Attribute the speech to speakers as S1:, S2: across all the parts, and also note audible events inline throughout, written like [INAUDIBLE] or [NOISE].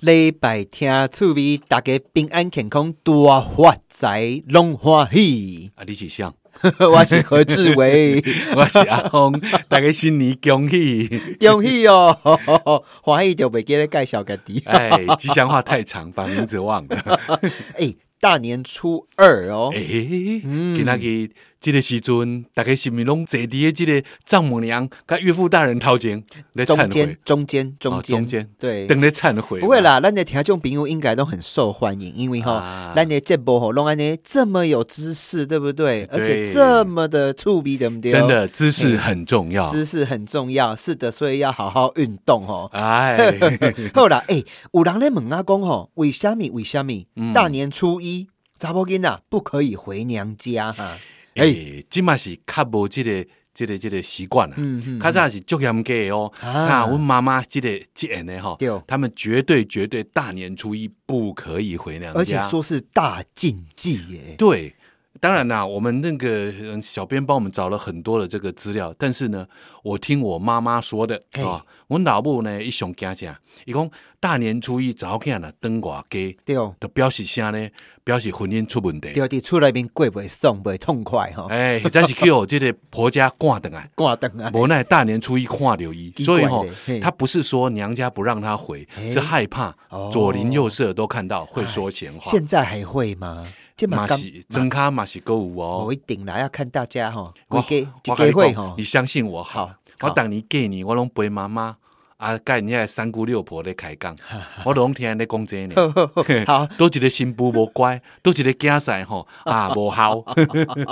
S1: 礼拜听趣味，大家平安健康，大发财，拢欢喜。 [LAUGHS]
S2: 啊，你是谁？ [LAUGHS]
S1: 我是何志伟，
S2: 我是阿峰， [LAUGHS] 大家新年恭
S1: [LAUGHS]
S2: 喜！
S1: 恭喜哦！欢喜就袂记咧介绍家己。
S2: 哎，吉祥话太长，把名字忘了。
S1: 哎，大年初二哦嗯
S2: 哎、，今仔日这个时阵，大家是毋是拢坐伫诶这个丈母娘甲岳父大人头前来
S1: 中
S2: 忏悔
S1: 间？中间中
S2: 哦
S1: 间
S2: 中间
S1: 对。
S2: 等咧忏悔。
S1: 不会，啦，咱的听众朋友应该都很受欢迎，因为哈
S2: 啊，
S1: 咱的节目吼，弄安尼这么有知识，对不对？而且
S2: 哎对
S1: 这么的触鼻，对不对？
S2: 真的姿势很重要。
S1: 知识很重要，是的，所以要好好运动哦。 [LAUGHS]
S2: 哎，
S1: 好啦，诶、有人咧问阿公吼，为虾米？为虾米？
S2: 嗯
S1: 大年初一，查某囡仔不可以回娘家哈。
S2: 哎，即嘛是较无即个。即个即个习惯啊，较早是足严格的哦。
S1: 嗯啊
S2: 像阮妈妈即个即样的吼
S1: 对，
S2: 他们绝对绝对大年初一不可以回娘家，
S1: 而且说是大禁忌耶。
S2: 对，当然啦，我们那个嗯小编帮我们找了很多的这个资料，但是呢，我听我妈妈说的
S1: 嘿
S2: 啊，我老母呢一上惊啥，伊讲大年初一早起啦登外街，
S1: 对哦
S2: 就表示啥呢？表示婚姻出问题。
S1: 对，哦伫厝内面过袂爽，袂痛快吼，，
S2: 哎，或者是去我这个婆家挂等来
S1: 挂灯啊。
S2: 无奈大年初一看留一，所以吼、
S1: 奇怪嘞嘿
S2: 他不是说娘家不让他回，
S1: 嘿
S2: 是害怕
S1: 哦哎
S2: 左邻右舍都看到会说闲话。
S1: 现在还会吗？这
S2: 马
S1: 刚
S2: 是真卡马是购物哦
S1: 我，一定啦，要看大家吼，
S2: 我
S1: 几个
S2: 我
S1: 一
S2: 跟
S1: 个
S2: 你
S1: 会
S2: 讲
S1: 吼，
S2: 你，相信我好
S1: 好。
S2: 我
S1: 好
S2: 当年过年，我拢陪妈妈啊，甲人家的三姑六婆咧开
S1: [LAUGHS]
S2: 讲，我拢听咧讲这呢。
S1: 好，
S2: 倒一个新妇无
S1: [LAUGHS]
S2: 乖，倒一个囝婿吼啊无孝。 [LAUGHS]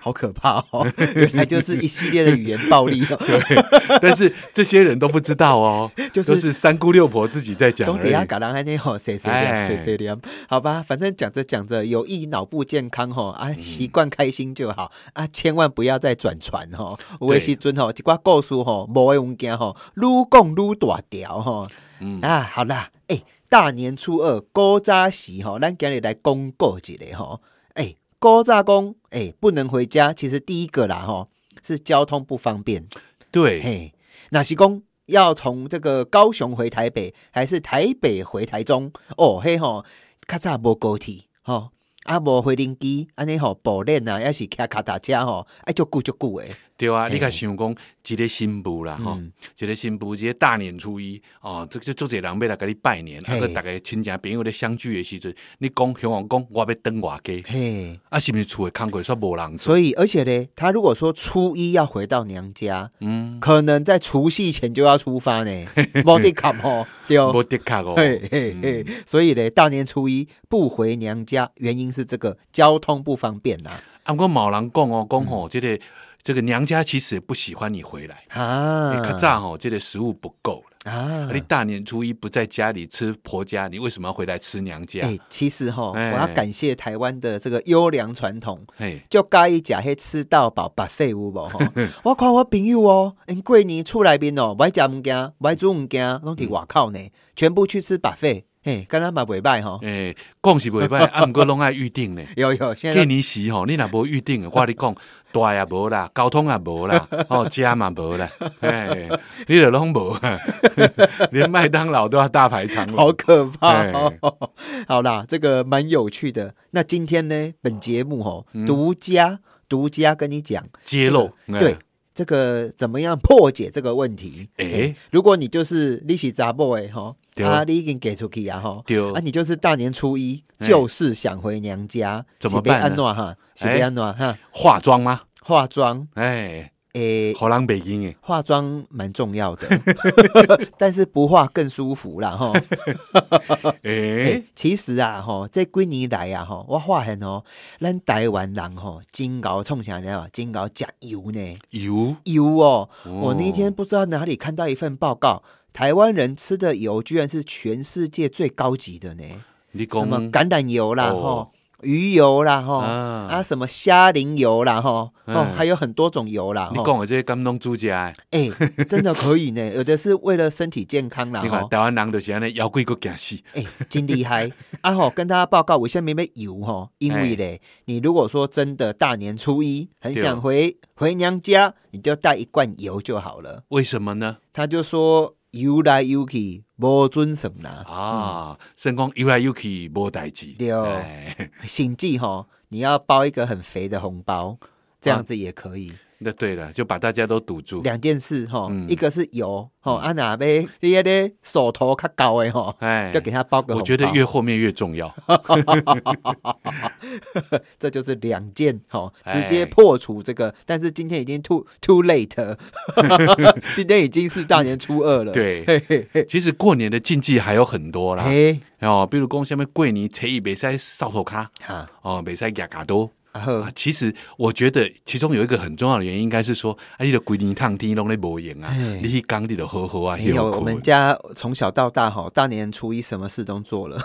S1: 好可怕哦！ [LAUGHS] 原来就是一系列的语言暴力
S2: [LAUGHS]
S1: 哦。
S2: 但是这些人都不知道哦，
S1: 就是
S2: 都是三姑六婆自己在讲
S1: 懂
S2: 而
S1: 得啊，
S2: 已。
S1: 搞人安尼吼，谁谁
S2: 哎
S1: 凉，谁谁凉，好吧，反正讲着讲着有益脑部健康吼，啊，
S2: 嗯
S1: 习惯开心就好啊，千万不要再转传吼，有的
S2: 对
S1: 时阵吼，哦一寡故事吼，无的物件吼，愈讲愈大条吼，
S2: 嗯
S1: 啊，好啦，诶、大年初二古早时吼，咱今日来公告一个吼，诶、古早讲诶不能回家，其实第一个啦吼是交通不方便。
S2: 对，
S1: 嘿，那是讲要从这个高雄回台北，还是台北回台中？哦，嘿吼，较早无高铁，吼、啊无回零机，安尼吼，步练啊，抑是骑脚踏车吼，哎，足久足久诶，
S2: 对啊，
S1: 嘿嗯
S2: 你甲想讲一个新妇啦吼，一个新妇，一个大年初一哦，这这做者人要来甲你拜年，啊
S1: 嘿
S2: 个大家亲戚朋友咧相聚的时阵，你讲向王讲我要登外家。
S1: 嘿。
S2: 啊，是不是厝的工课煞无人做？
S1: 所以，而且呢，他如果说初一要回到娘家，嗯，可能在除夕前就要出发 [LAUGHS] 呢，莫得卡嗯吼，对哦，
S2: 无的确哦，
S1: 嘿嘿嘿，所以呢，大年初一不回娘家，原因是这个交通不方便啦、
S2: 啊，毋过嘛有人讲
S1: 嗯
S2: 哦，讲吼，这个这个娘家其实也不喜欢你回来，
S1: 啊，
S2: 因为较早吼，这个食物不够了。
S1: 啊
S2: 啊、你大年初一不在家里吃婆家，你为什么要回来吃娘家
S1: 哎、？其实哈，
S2: 哎
S1: 我要感谢台湾的这个优良传统，
S2: 嘿，
S1: 就介意食迄吃到饱白费有无
S2: [LAUGHS]
S1: 吼？我看我朋友哦，因过年厝内面哦，买食物件，买煮物件，拢伫外口
S2: 嗯
S1: 呢，全部去吃白费，嘿，敢若嘛袂歹吼。
S2: 诶、讲是
S1: [LAUGHS]
S2: 袂歹，啊，毋过拢爱预定呢。
S1: 有有，现
S2: 过
S1: 在
S2: 年时吼，你若无预定的，我跟你
S1: [LAUGHS]
S2: 讲，大也无啦，交通也无啦，哦，家嘛无啦，哎，你就拢无 [LAUGHS] 啊，连麦当劳都要大排长龙。
S1: 好可怕、哦。
S2: 哎
S1: [LAUGHS] 好啦，这个蛮有趣的。那今天呢，本节目哦，独家独家跟你讲，
S2: 揭露，
S1: 对
S2: 嗯哎，
S1: 这个怎么样破解这个问题？
S2: 嗯诶
S1: 欸如果你就是利息杂 boy 哈，
S2: 对
S1: 啊，你已经给出去啊哈，
S2: 对
S1: 啊，你就是大年初一
S2: 欸
S1: 就是想回娘家，
S2: 怎么办呢
S1: 安诺哈，是被
S2: 欸
S1: 安诺哈，
S2: 化妆吗？
S1: 化妆
S2: 哎，
S1: 诶。
S2: 荷兰北京
S1: [LAUGHS]
S2: 诶，
S1: 化妆蛮重要
S2: [LAUGHS]
S1: 的，但是不化更舒服啦哈。
S2: 哎
S1: 欸，其实啊吼，这几年来啊吼，我发现哦，咱台湾人吼，真搞创啥了，真搞食油呢。
S2: 油
S1: 油哦，
S2: 哦
S1: 我那天不知道哪里看到一份报告，台湾人吃的油居然是全世界最高级的呢，
S2: 你讲
S1: 什么橄榄油啦，吼、
S2: 哦
S1: 鱼油啦，吼啊
S2: 啊
S1: 什么虾仁油啦，吼、哦
S2: 嗯，
S1: 还有很多种油啦，
S2: 你
S1: 吼
S2: 讲的这些甘东猪家的，
S1: 哎、真的可以呢，有 [LAUGHS] 的是为了身体健康啦，
S2: 你看
S1: 吼，
S2: 台湾人就是安尼妖怪个惊死，
S1: 哎、真厉害 [LAUGHS] 啊！吼，跟大家报告，我现在没没油吼，因为嘞，
S2: 哎
S1: 你如果说真的大年初一很想回回娘家，你就带一罐油就好了。
S2: 为什么呢？
S1: 他就说游来游去，无准绳啦。
S2: 啊，甚讲游来游去无代志，
S1: 嗯对
S2: 哎 [LAUGHS]
S1: 甚至哈，你要包一个很肥的红包，这样子也可以。
S2: 那对了，就把大家都堵住。
S1: 两件事哈，
S2: 嗯
S1: 一个是油哈，啊哪呗，你那个手头较高的哈，
S2: 哎
S1: 就给他包个红包。
S2: 我觉得越后面越重
S1: [LAUGHS]
S2: 要。
S1: 这就是两件哈，
S2: 哎
S1: 直接破除这个。但是今天已经 too too late，了
S2: [LAUGHS]
S1: 今天已经是大年初二了。
S2: 对
S1: 嘿嘿嘿，
S2: 其实过年的禁忌还有很多啦，
S1: 嘿，
S2: 哦，比如讲下面过年初一袂使扫头卡，
S1: 哈，
S2: 哦，袂使牙卡多。
S1: 然后
S2: 啊，其实我觉得其中有一个很重要的原因，应该是说，啊，你的规年烫天拢在无用啊
S1: 哎，
S2: 你迄工你就好好啊，
S1: 没有，
S2: 休
S1: 哦哎我
S2: 困
S1: 们家从小到大哈，大年初一什么事都做了。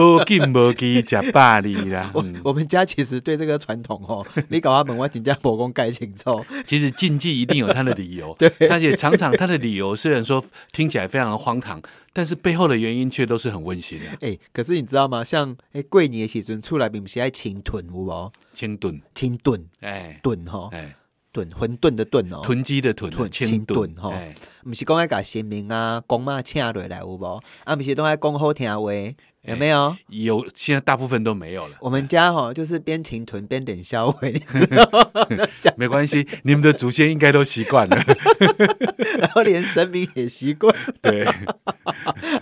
S2: 无劲无忌食百里啦。嗯
S1: 我我们家其实对这个传统
S2: [LAUGHS]
S1: 哦，你搞阿门我请家伯公盖清楚。
S2: 其实禁忌一定有它的理由，
S1: 对
S2: 而且常常它的理由虽然说听起来非常的荒唐，但是背后的原因却都是很温馨的。
S1: 哎、可是你知道吗？像哎过年的时阵出来，并不是爱清炖有无？
S2: 清炖，
S1: 清炖
S2: 哎
S1: 炖吼，
S2: 哎，
S1: 炖馄饨的炖哦，
S2: 囤积的囤，啊
S1: 囤
S2: 清
S1: 清炖
S2: 炖
S1: 吼
S2: 哎
S1: 毋是讲爱甲神明啊、公妈请落来有无？啊，毋是都爱讲好听话，
S2: 哎
S1: 有没有？
S2: 有现在大部分都没有了，
S1: 我们家吼就是边请豚边点消
S2: [LAUGHS]
S1: 委，
S2: 没关系，你们的祖先应该都习惯了。
S1: 然后连神明也习惯，
S2: 对，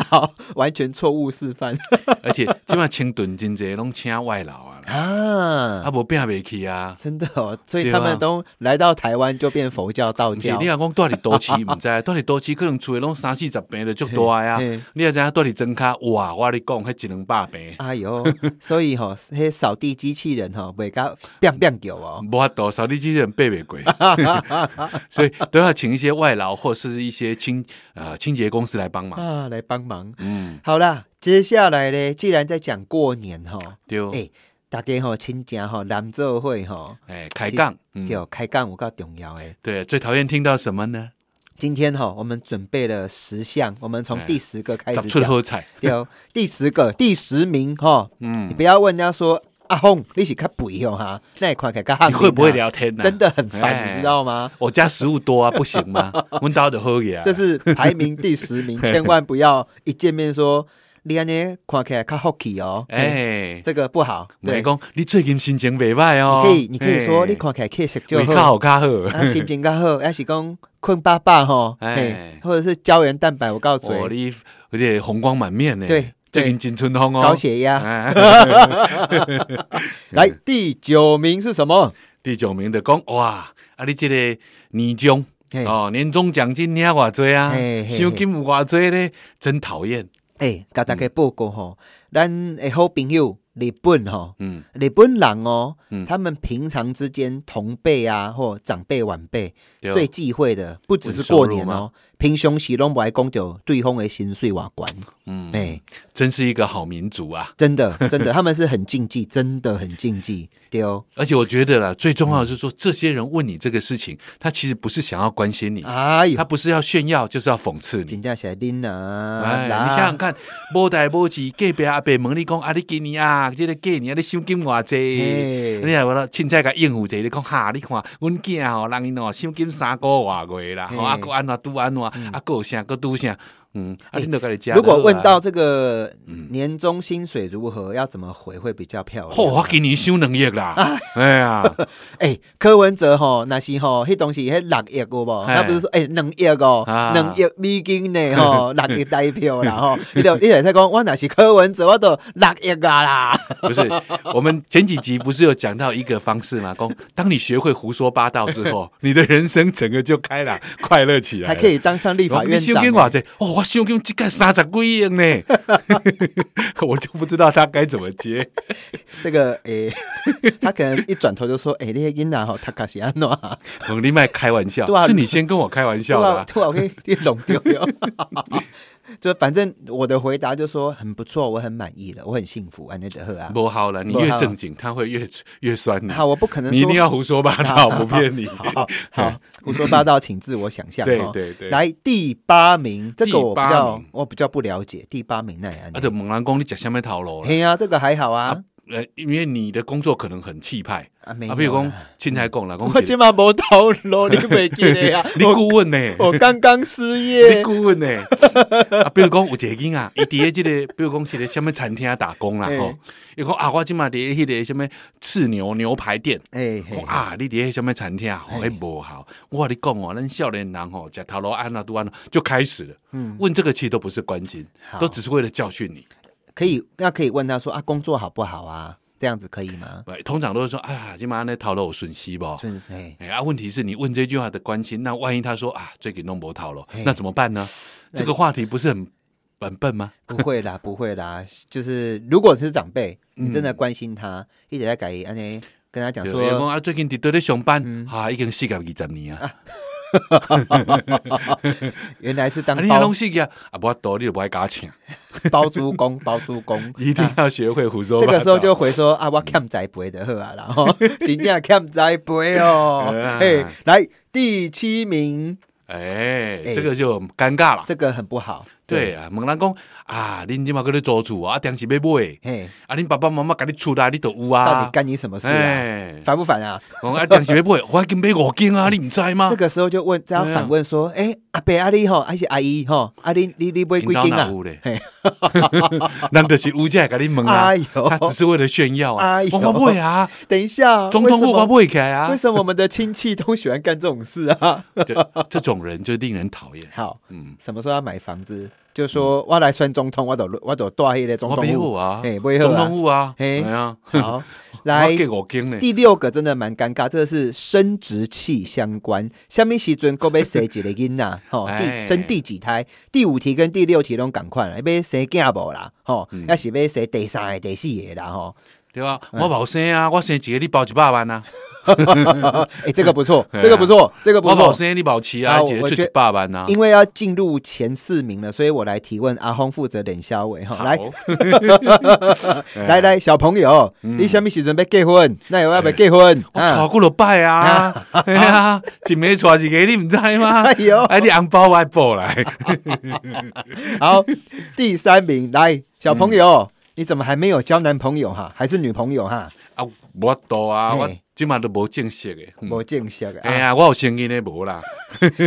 S1: 好，完全错误示范
S2: 而且即马清炖真侪拢请外劳啊，
S1: 啊！
S2: 啊无拼袂起啊。
S1: [LAUGHS] 真的哦，所以
S2: 对
S1: 他
S2: 啊
S1: 们都来到台湾就变佛教、道
S2: 不是，
S1: 教
S2: 你。若讲住伫都市，毋知
S1: [LAUGHS]
S2: 住伫都市可能厝诶拢三四十平就足大啊
S1: 嘿嘿。
S2: 你若知影住伫真卡，哇，我跟你讲，迄一两百平。
S1: [LAUGHS] 哎呦，所以吼、迄扫地机器人吼、袂甲变变叫哦。
S2: 无法度，扫地机器人背袂过，
S1: [LAUGHS]
S2: 所以都要请一些外劳或是一些清呃清洁公司来帮
S1: [LAUGHS]
S2: 忙。
S1: 啊，来帮忙。
S2: 嗯，
S1: 好啦，接下来呢，既然在讲过年吼、
S2: 对，哦
S1: 哎、大家吼、亲情吼、男做会吼、
S2: 哎、开杠，嗯，
S1: 对，开杠有够重要诶。
S2: 对，最讨厌听到什么呢？
S1: 今天吼、我们准备了十项，我们从
S2: 哎
S1: 第十个开
S2: 找
S1: 始
S2: 出
S1: 讲。
S2: 喝彩，
S1: 对，第十个第十名哈、
S2: 嗯
S1: 你不要问人家说阿红你是较肥哦哈，那你看起来较
S2: 你
S1: 汉
S2: 会不会
S1: 民啊
S2: 聊天呢、
S1: 真的很烦，
S2: 哎
S1: 你知道吗？
S2: 我家食物多啊，不
S1: [LAUGHS]
S2: 行吗？问到的喝呀，
S1: 这是排名第十
S2: [LAUGHS]
S1: 名，千万不要一见面说你安尼看起来较 h o 哦，
S2: 哎、
S1: 哎、这个不好。
S2: 我
S1: 对，
S2: 讲你最近心情袂歹哦，
S1: 你可以你可以说
S2: 哎
S1: 你看起来气色就
S2: 胃较
S1: 好，
S2: 好较好，
S1: 啊心情较
S2: [LAUGHS]
S1: 好，还是讲困巴巴吼，
S2: 哎
S1: 哎，或者是胶原蛋白，我告诉
S2: 哦，
S1: 你，
S2: 你而且红光满面呢，
S1: 对
S2: 最近真春风哦，
S1: 高血压。
S2: 哎
S1: 来，第九名是什么？
S2: [LAUGHS] 第九名就讲哇，啊你这个年终
S1: 嘿
S2: 哦，年终奖金领偌多啊
S1: 嘿嘿，嘿
S2: 收金有偌多咧，真讨厌。
S1: 哎，甲
S2: 嗯
S1: 大家报告吼，咱的好朋友日本吼，
S2: 嗯，
S1: 日本人哦
S2: 嗯，
S1: 他们平常之间同辈啊或长辈晚辈
S2: 对哦
S1: 最忌讳的，不只是
S2: 问收入
S1: 过年
S2: 吗
S1: 哦，平常时拢不爱讲到对方的薪水外观。
S2: 嗯，
S1: 哎，
S2: 真是一个好民族啊！
S1: 真的真的，他们是很禁忌，真的很禁忌。对哦
S2: 而且我觉得啦，最重要的是说，这些人问你这个事情，他其实不是想要关心你，
S1: 哎呦
S2: 嗯他，不是要炫耀，就是要讽刺你。
S1: 真正是来恁啊！
S2: 哎，
S1: 啦
S2: 你想想看，无代无志，隔壁阿伯问你讲啊，你今年啊，这个过年啊，你收金偌济？
S1: 嘿
S2: 你若无啦，凊彩甲应付者，你讲哈，你看阮囝吼，人因哦，收金三个外月啦，
S1: 嘿嗯
S2: 吼，啊，个安怎拄安怎，啊，个有啥个拄啥，嗯，啊，恁都甲你食。
S1: 如果问，到这个
S2: 嗯
S1: 年终薪水如何，要怎么回会比较漂
S2: 嚯，
S1: 亮？
S2: 我今年收两亿
S1: [LAUGHS]
S2: 啦，哎呀，
S1: 哎，柯文哲吼，那是吼，迄东西迄六亿有无？
S2: 嘿
S1: 他不是说哎两亿哦，
S2: 啊
S1: 两亿美金呢
S2: [LAUGHS]
S1: 吼，六亿代票啦吼。你就你就在讲，我那是柯文哲，我都六亿啊啦。
S2: 不是，我们前几集不是有讲到一个方式吗？公，当你学会胡说八道
S1: [LAUGHS]
S2: 之后，你的人生整个就开朗、快乐起来了，
S1: 还可以当上立法
S2: 你
S1: 院
S2: 收
S1: 长
S2: 金
S1: 呢。
S2: 偌济？哦，我收金只干三十几亿呢， [LAUGHS] 我就不知道他该怎么 [LAUGHS] 接。
S1: 这个诶， [LAUGHS] 他可能一转头就说：“诶，那些囡仔吼，他卡西安诺啊，
S2: 蒙利麦开玩笑
S1: 对，啊
S2: 是你先跟我开玩
S1: 突
S2: 笑的
S1: 然
S2: 啊。
S1: 突然给你弄丢了。” [LAUGHS] 就反正我的回答就说很不错，我很满意了，我很幸福，安内德赫啊。
S2: 不好了，你越正经，他会越越酸你。
S1: 好，我不可能
S2: 你一
S1: 说
S2: 定要胡说 [LAUGHS] 八道，我不骗
S1: [LAUGHS]
S2: 你。[LAUGHS]
S1: 好好胡说八道，请自我想象。
S2: 对
S1: 哦
S2: 对对
S1: 来第八名，这个我比
S2: 第八
S1: 较
S2: 名啊
S1: 我比较不了解。第八名那样
S2: 啊，，就猛然公，你讲下面套路了
S1: 嘿呀，这个还好啊
S2: 啊。呃，因为你的工作可能很气派
S1: 啊没有
S2: 啊，比如讲
S1: 啦，
S2: 青菜讲啦，讲？
S1: 我即嘛无头路，你袂记得啊
S2: [LAUGHS] 你顾问呢，
S1: 我我刚刚失
S2: 你
S1: 业，[LAUGHS]
S2: 顾问呢，啊，比如讲有一个囡仔，伊伫咧即个，比如讲是咧什物餐厅啊打工啦
S1: 嘿
S2: 吼，伊讲啊，我即嘛伫咧迄个什物赤牛牛排店。
S1: 哎，
S2: 讲啊，你伫迄什物餐厅啊吼，迄无效。我甲你讲哦，咱少年人吼，食头路安啦拄安啦，就开始了。问这个其实都不是关心，
S1: 嗯好
S2: 都只是为了教训你。
S1: 可以，那可以问他说啊，工作好不好啊？这样子可以吗？
S2: 哎通常都是说，啊，今晚那头路有损失不？
S1: 就是哎，
S2: 哎啊，问题是你问这句话的关心，那万一他说啊，最近弄不头了，那怎么办呢？
S1: 哎
S2: 这个话题不是很很笨吗？
S1: 不会
S2: [LAUGHS]
S1: 啦，不会啦，就是如果是长辈，你
S2: 嗯
S1: 真的关心他，一直在改，安尼跟他讲
S2: 对
S1: 说嗯
S2: 讲啊，最近伫对咧上班，啊，已经四十二十年啊，
S1: 原来是当
S2: 啊，你
S1: 包
S2: 拢四个啊，无法度你就不爱加
S1: [LAUGHS]
S2: 请，
S1: 啊包租公，包租
S2: [LAUGHS]
S1: 公。
S2: 一定要学会胡说
S1: 这
S2: 八道。。
S1: 个时候就回说啊，我欠栽培的好啊，然后 [LAUGHS] 真正欠栽培哦
S2: [LAUGHS]
S1: 嘿，来第七名，
S2: 哎，
S1: 哎
S2: 这个就尴尬了。
S1: 这个很不好。
S2: 对啊，问人讲啊，恁即嘛搁咧租厝啊，啊，当时要买，
S1: 嘿，
S2: 啊，恁爸爸妈妈甲你出来，你都有啊。
S1: 到底干你什么事啊？
S2: 哎，
S1: 烦不烦啊？
S2: 讲啊，当时要买， [LAUGHS] 我已经买五间啊，你嗯毋知吗
S1: 这？个时候就问，这样反问说：“哎、阿伯阿你吼，还是阿姨吼，阿你你你买几斤
S2: 哪
S1: 啊
S2: 有嘞？”
S1: 嘿，
S2: 人就是有这甲你问啊
S1: 哎，呦
S2: 他只是为了炫耀啊，
S1: 哎呦
S2: 我买啊， [LAUGHS]
S1: 等一下，
S2: 总
S1: 为
S2: 统府
S1: 什么
S2: 我买起来啊
S1: 为，什么我们的亲戚都喜欢干这种事啊？
S2: 这这种人就令人讨厌。
S1: 好，
S2: 嗯，
S1: 什么时候要买房子，就说我来算中通，我走我走大黑的中
S2: 我
S1: 通
S2: 买
S1: 户
S2: 好啊，
S1: 哎，不会
S2: 总
S1: 喝啊
S2: 统。府啊，哎
S1: 嘿
S2: 呀，
S1: 好，来
S2: [LAUGHS] 我给五间呢，
S1: 第六个真的蛮尴尬，这个是生殖器相关。下面时阵够被生几个囡
S2: [LAUGHS]
S1: 呐？吼，
S2: 哎
S1: 第生第几胎？第五题跟第六题拢赶快啦，要生囝无啦？吼，
S2: 嗯
S1: 要是要生第三个、第四个啦？吼，
S2: 对吧？我冇生啊，我生一个你包一百万啊，
S1: 哎，这个不
S2: [LAUGHS]
S1: 错，
S2: 哎呀
S1: 这个不错，这个不
S2: 我冇
S1: 错。
S2: 生你包七啊，
S1: 啊
S2: 一个
S1: 我
S2: 出
S1: 觉
S2: 一百万啊。
S1: 因为要进入前四名了，所以我来提问阿轰负责冷消伟哈，来啊
S2: 哎
S1: 来来，小朋友，你什么时阵要结婚？那有要不要结婚？
S2: 嗯 [LAUGHS] 我
S1: 啊
S2: 娶几落摆啊，哎呀，一暝娶一个你毋知吗？
S1: 哎呦
S2: 哎，你红包我报
S1: [LAUGHS]
S2: 来，
S1: 好，第三名，来，小朋
S2: 嗯
S1: 友，你怎么还没有交男朋友哈？还是女朋友哈？
S2: 啊，无度啊，
S1: 嘿
S2: 我即嘛都无正式诶。嗯
S1: 我见识
S2: 哎
S1: 啊！
S2: 呀，我有声音的无啦，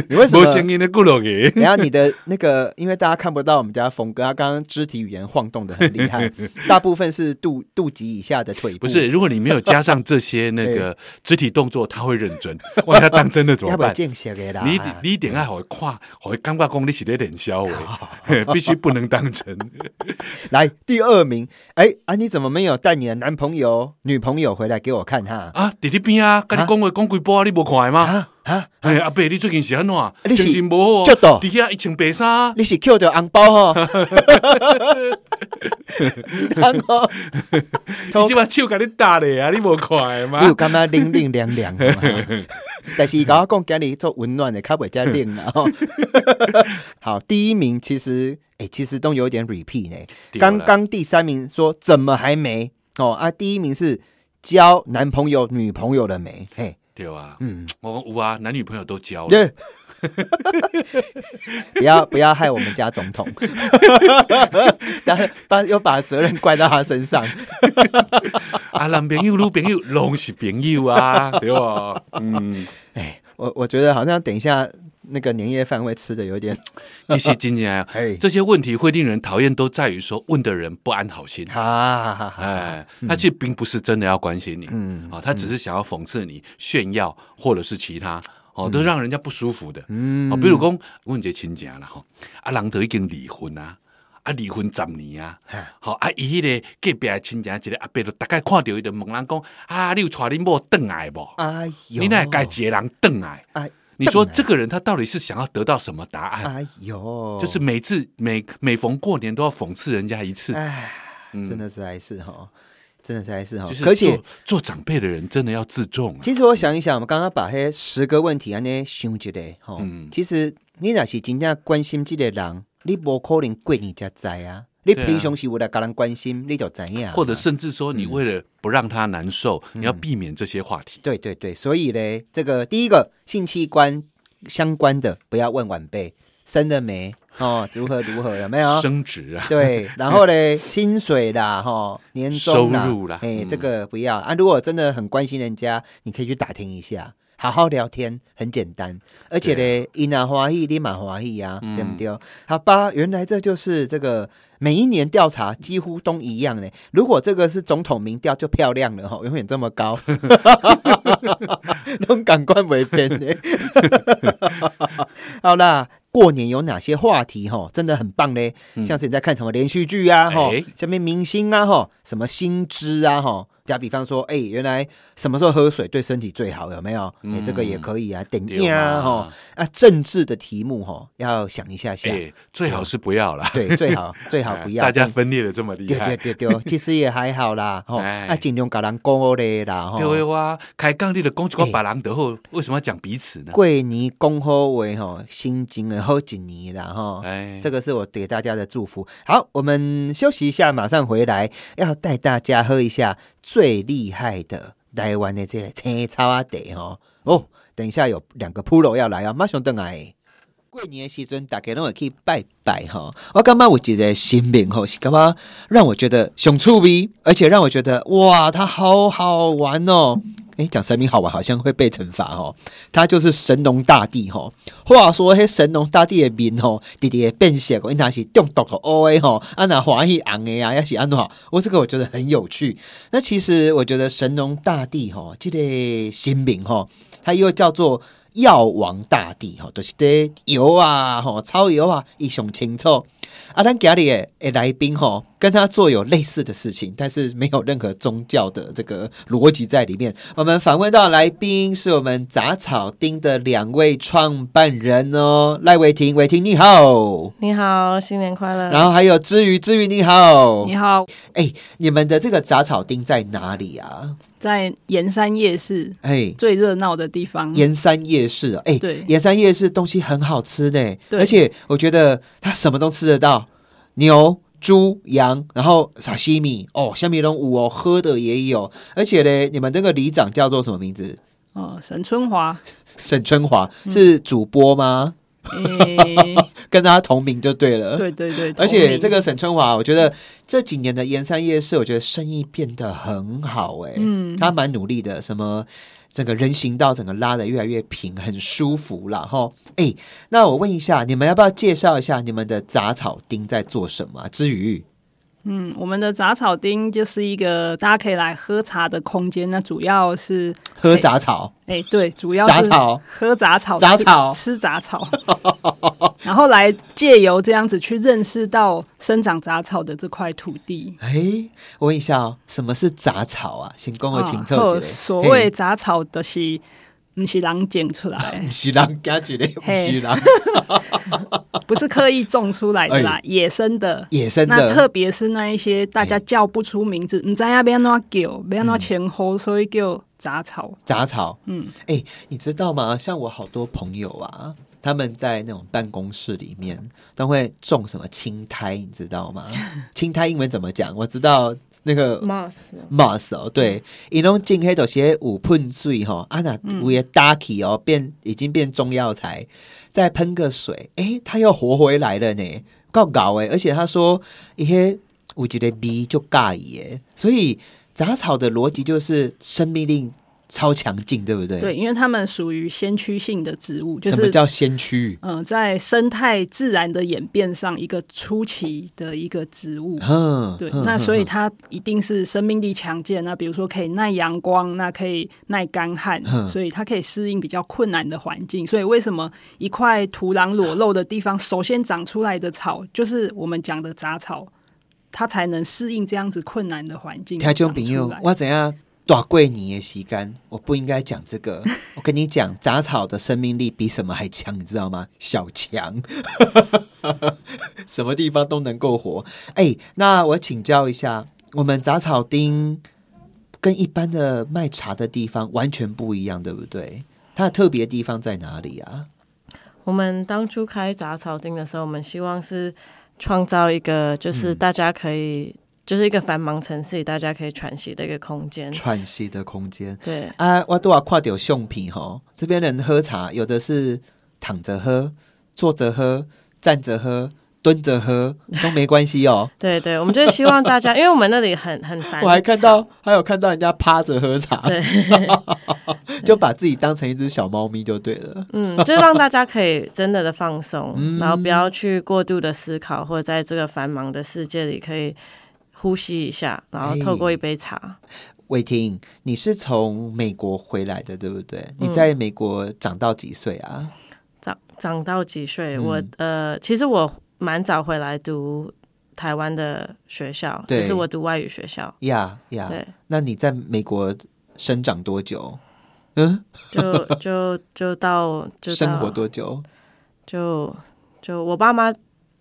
S1: 你为什么
S2: 无？声音的几落
S1: [LAUGHS]
S2: 个。
S1: 等一下你的那个，因为大家看不到我们家峰哥，他刚刚肢体语言晃动的很厉
S2: [LAUGHS]
S1: 害，大部分是肚肚脐以下的腿部。
S2: 不是，如果你没有加上这些那
S1: [LAUGHS]
S2: 个肢体动作，他会认真。万一他当真的怎么
S1: 要不要
S2: 办？
S1: 见识的啦？
S2: 你一定你一定要互伊看，互伊感觉讲你是咧练肖
S1: 哦
S2: [LAUGHS] 诶，必须不能当真。 [LAUGHS]
S1: 来第二名，哎、啊，你怎么没有带你的男朋友、女朋友回来给我看哈？
S2: 啊，伫你边啊，甲你讲话讲几波，你无看的吗？
S1: 啊啊！
S2: 哎，阿伯，你最近是安怎？
S1: 你是
S2: 精神无好哦，
S1: 这倒
S2: 伫遐一穿白衫啊，
S1: 你是捡着红包
S2: [LAUGHS]
S1: 吼？然
S2: [LAUGHS]
S1: 后
S2: 伊即把手甲你打咧啊，你无看的
S1: 你有
S2: 吗？
S1: 感觉冷冷凉凉的嘛？
S2: [LAUGHS]
S1: 但是甲我讲今日做温暖的，较袂遮冷啦。
S2: [LAUGHS]
S1: 吼好，第一名其实，诶、其实都有点 repeat 呢。
S2: 对啦
S1: 刚刚第三名说怎么还没哦啊？第一名是交男朋友、女朋友了没？嘿，
S2: [LAUGHS] 对啊，嗯，我讲有啊，男女朋友都交了，
S1: 耶 [LAUGHS] 不要不要害我们家总
S2: [LAUGHS]
S1: 统，把把又把责任怪到他身上。
S2: 啊，男朋友、女朋友拢是朋友啊，对吧？嗯，
S1: 哎，我我觉得好像等一下那个年夜饭会吃的有
S2: [LAUGHS]
S1: 点
S2: 其实真正啊
S1: [LAUGHS] 嘿
S2: 这些问题会令人讨厌，都在于说问的人不安好心。
S1: 哈哈哈。
S2: 哎，他其实并不是真的要关心你，嗯
S1: 嗯
S2: 啊，他只是想要讽刺你、炫耀或者是其他，
S1: 嗯
S2: 哦，都让人家不舒服的，嗯，哦，比如讲，阮一个亲戚啦，吼，啊，人都已经离婚啊，啊，离婚十年啊，吼，啊，伊迄个隔壁的亲戚一个阿伯，就大概看到伊就问人讲，啊，你有带恁某转来无？
S1: 哎呦，
S2: 你那该一个人转来？
S1: 哎
S2: 你说
S1: 转来
S2: 这个人他到底是想要得到什么答案？
S1: 哎呦，
S2: 就是每次每每逢过年都要讽刺人家一次，
S1: 哎，真的是还是哈，真的是还是哈
S2: 嗯就。是
S1: 而且
S2: 做做长辈的人真的要自重啊。
S1: 其实我想一想，我们刚刚把那十个问题安尼想一下吼，
S2: 嗯
S1: 其实你若是真正关心这个人，你无可能过年才知啊。你
S2: 对啊
S1: 平常时有来甲人关心，你就知影嘛。啊
S2: 或者甚至说，你为了不让他难受，
S1: 嗯
S2: 你要避免这些话题。
S1: 对对对，所以嘞，这个第一个性器官相关的不要问晚辈生了没，哦，如何如何有没有？
S2: 升职啊，
S1: 对，然后
S2: [LAUGHS]
S1: 嘞，薪水啦，哈，年终
S2: 收入啦
S1: 哎，
S2: 嗯
S1: 这个不要啊。如果真的很关心人家，你可以去打听一下，好好聊天，很简单。而且
S2: 啊
S1: 嘞，伊拿华裔，立马华裔呀，啊
S2: 嗯
S1: 对不对？好吧，原来这就是这个每一年调查几乎都一样嘞。如果这个是总统民调，就漂亮了哈，永远这么高，都感官为边的。 [LAUGHS] 好啦，过年有哪些话题哈？真的很棒嘞，像是你在看什么连续剧啊哈
S2: 嗯哎，
S1: 下面明星啊哈，什么新知啊哈。打比方说，哎、原来什么时候喝水对身体最好？有没有？哎、这个也可以啊，等一
S2: 嗯对
S1: 啊，
S2: 嘛
S1: 哈啊，政治的题目哈，要想一下下，
S2: 哎，最好是不要啦，哎
S1: 对，最好最好不要，
S2: 大家分裂的这么厉
S1: 对
S2: 害
S1: 对。对对，其实也还好啦，吼，
S2: [LAUGHS] 哎
S1: 啊，尽量甲人讲咧啦，吼，
S2: 对哇，开杠你的公
S1: 哎
S2: 鸡跟把狼得后，为什么要讲彼此呢？
S1: 过年讲好话吼，心情会好一年啦，吼。
S2: 哎，
S1: 这个是我给大家的祝福。好，我们休息一下，马上回来，要带大家喝一下最厉害的台湾的这个青草啊茶哦。哦，等一下有两个 pro 要来啊，马上等来。过年的时阵，大家拢会去拜拜哈、我感觉有一个新名吼，是感觉让我觉得熊趣味，而且让我觉得哇，它好好玩哦。诶，讲神明好玩，好像会被惩罚哦。他就是神农大帝吼、话说迄神农大帝的面吼，直直会变色哦，因他是中毒的 O A 吼，啊那欢喜红的啊，也是安怎？我这个我觉得很有趣。那其实我觉得神农大帝吼，这个新名吼，它又叫做。药王大帝吼，就是这油啊，吼草油啊，一上清楚。啊，咱家里诶来宾吼，跟他做有类似的事情，但是没有任何宗教的这个逻辑在里面。我们访问到来宾是我们杂草丁的两位创办人哦，赖伟霆，伟霆你好，
S3: 你好，新年快乐！
S1: 然后还有知瑜，知瑜你好
S3: 你。好，
S1: 哎，你们的这个杂草丁在哪里啊？
S3: 在盐山夜市
S1: 哎。
S3: 最热闹的地方，
S1: 盐山夜市哦，哎、
S3: 嗯对
S1: 盐山夜市东西很好吃的，
S3: 对
S1: 而且我觉得它什么都吃得到，牛、猪、羊，然后沙西米哦，虾米龙五哦，喝的也有，而且嘞，你们这个里长叫做什么名字？
S3: 哦，沈春
S1: [LAUGHS]
S3: 华，
S1: 沈春华
S3: 嗯
S1: 是主播吗？
S3: 诶，
S1: 跟他同名就对了。
S3: 对对对，
S1: 而
S3: 同
S1: 且
S3: 名
S1: 这个沈春华，我觉得这几年的盐山夜市，我觉得生意变得很好哎、
S3: 嗯
S1: 他蛮努力的，什么整个人行道整个拉的越来越平，很舒服啦哈。哎、那我问一下，你们要不要介绍一下你们的杂草丁在做什么啊？之余，
S3: 嗯，我们的杂草町就是一个大家可以来喝茶的空间，那主要是
S1: 喝杂草，
S3: 哎，对，主要
S1: 杂
S3: 是
S1: 草
S3: 喝杂草，
S1: 杂草
S3: 吃吃杂草， [LAUGHS] 然后来借由这样子去认识到生长杂草的这块土地。
S1: 哎、我问一下哦，什么是杂草啊？请跟我请
S3: 啊
S1: 教一下。
S3: 好所谓杂草的是，不是人捡出来的
S1: 嘿。不是人加一个，不是
S3: 嘿
S1: 人
S3: 不是刻意种出来的啦，野生的。
S1: 哎野生
S3: 那
S1: 的哎
S3: 特别是那一些大家叫不出名字，你知道要哪叫，要哪前
S1: 嗯
S3: 后，所以叫杂草。
S1: 杂草。
S3: 嗯，
S1: 哎、你知道吗？像我好多朋友啊，他们在那种办公室里面都会种什么青苔，你知道吗？青苔英文怎么讲？我知道那个
S3: moss
S1: moss 哦，
S3: 嗯
S1: 对，伊拢进黑都些五喷水吼，啊那有也打起哦，变已经变中药材，再喷个水，诶，它又活回来了呢，够搞诶！而且他说一些有一个味就尬耶，所以杂草的逻辑就是生命力超强劲，对不对？
S3: 对，因为它们属于先驱性的植物，就
S1: 什么
S3: 是
S1: 叫先驱？
S3: 嗯、呃在生态自然的演变上一个出奇的一个植物。
S1: 嗯，
S3: 对，
S1: 嗯
S3: 那所以
S1: 嗯
S3: 它一定是生命力强健。那比如说可以耐阳光，那可以耐干旱，
S1: 嗯
S3: 所以它可以适应比较困难的环境。所以为什么一块土壤裸露的地方，首先长出来的草就是我们讲的杂草，它才能适应这样子困难的环境
S1: 听众
S3: 长
S1: 朋
S3: 出
S1: 友
S3: 来，。
S1: 我怎样大过年的时间，我不应该讲这
S3: [LAUGHS]
S1: 个。我跟你讲，杂草的生命力比什么还强，你知道吗？小强， [LAUGHS] 什么地方都能够活。哎、那我请教一下，我们杂草丁跟一般的卖茶的地方完全不一样，对不对？它的特别地方在哪里啊？
S4: 我们当初开杂草町的时候，我们希望是创造一个，就是
S1: 嗯
S4: 大家可以，就是一个繁忙城市里大家可以喘息的一个空
S3: 嗯
S4: 间。
S1: 喘息的空间。
S4: 对，
S1: 啊，我都要看到相片吼，这边人喝茶，有的是躺着喝，坐着喝，站着喝、蹲着喝都没关系哦。
S4: 对对，我们就是希望大家，因为我们那里很很烦，
S1: [LAUGHS] 我还看到， [LAUGHS] 还有看到人家趴着喝茶， [LAUGHS] 就把自己当成一只小猫咪就对了。
S4: 嗯，就让大家可以真的的放松，
S1: 嗯
S4: 然后不要去过度的思考，或者在这个繁忙的世界里可以呼吸一下，然
S1: 哎
S4: 后透过一杯茶。
S1: 伟霆，你是从美国回来的，对不对？你在美国长到几岁啊？
S4: 长长到几岁？
S1: 嗯
S4: 我呃，其实我蛮早回来读台湾的学校，
S1: 对啊
S4: 就是我读外语学校。
S1: 呀呀，
S4: 对，
S1: 那你在美国生长多久？嗯，
S4: 就就就到就到
S1: 生活多久？
S4: 就就我爸妈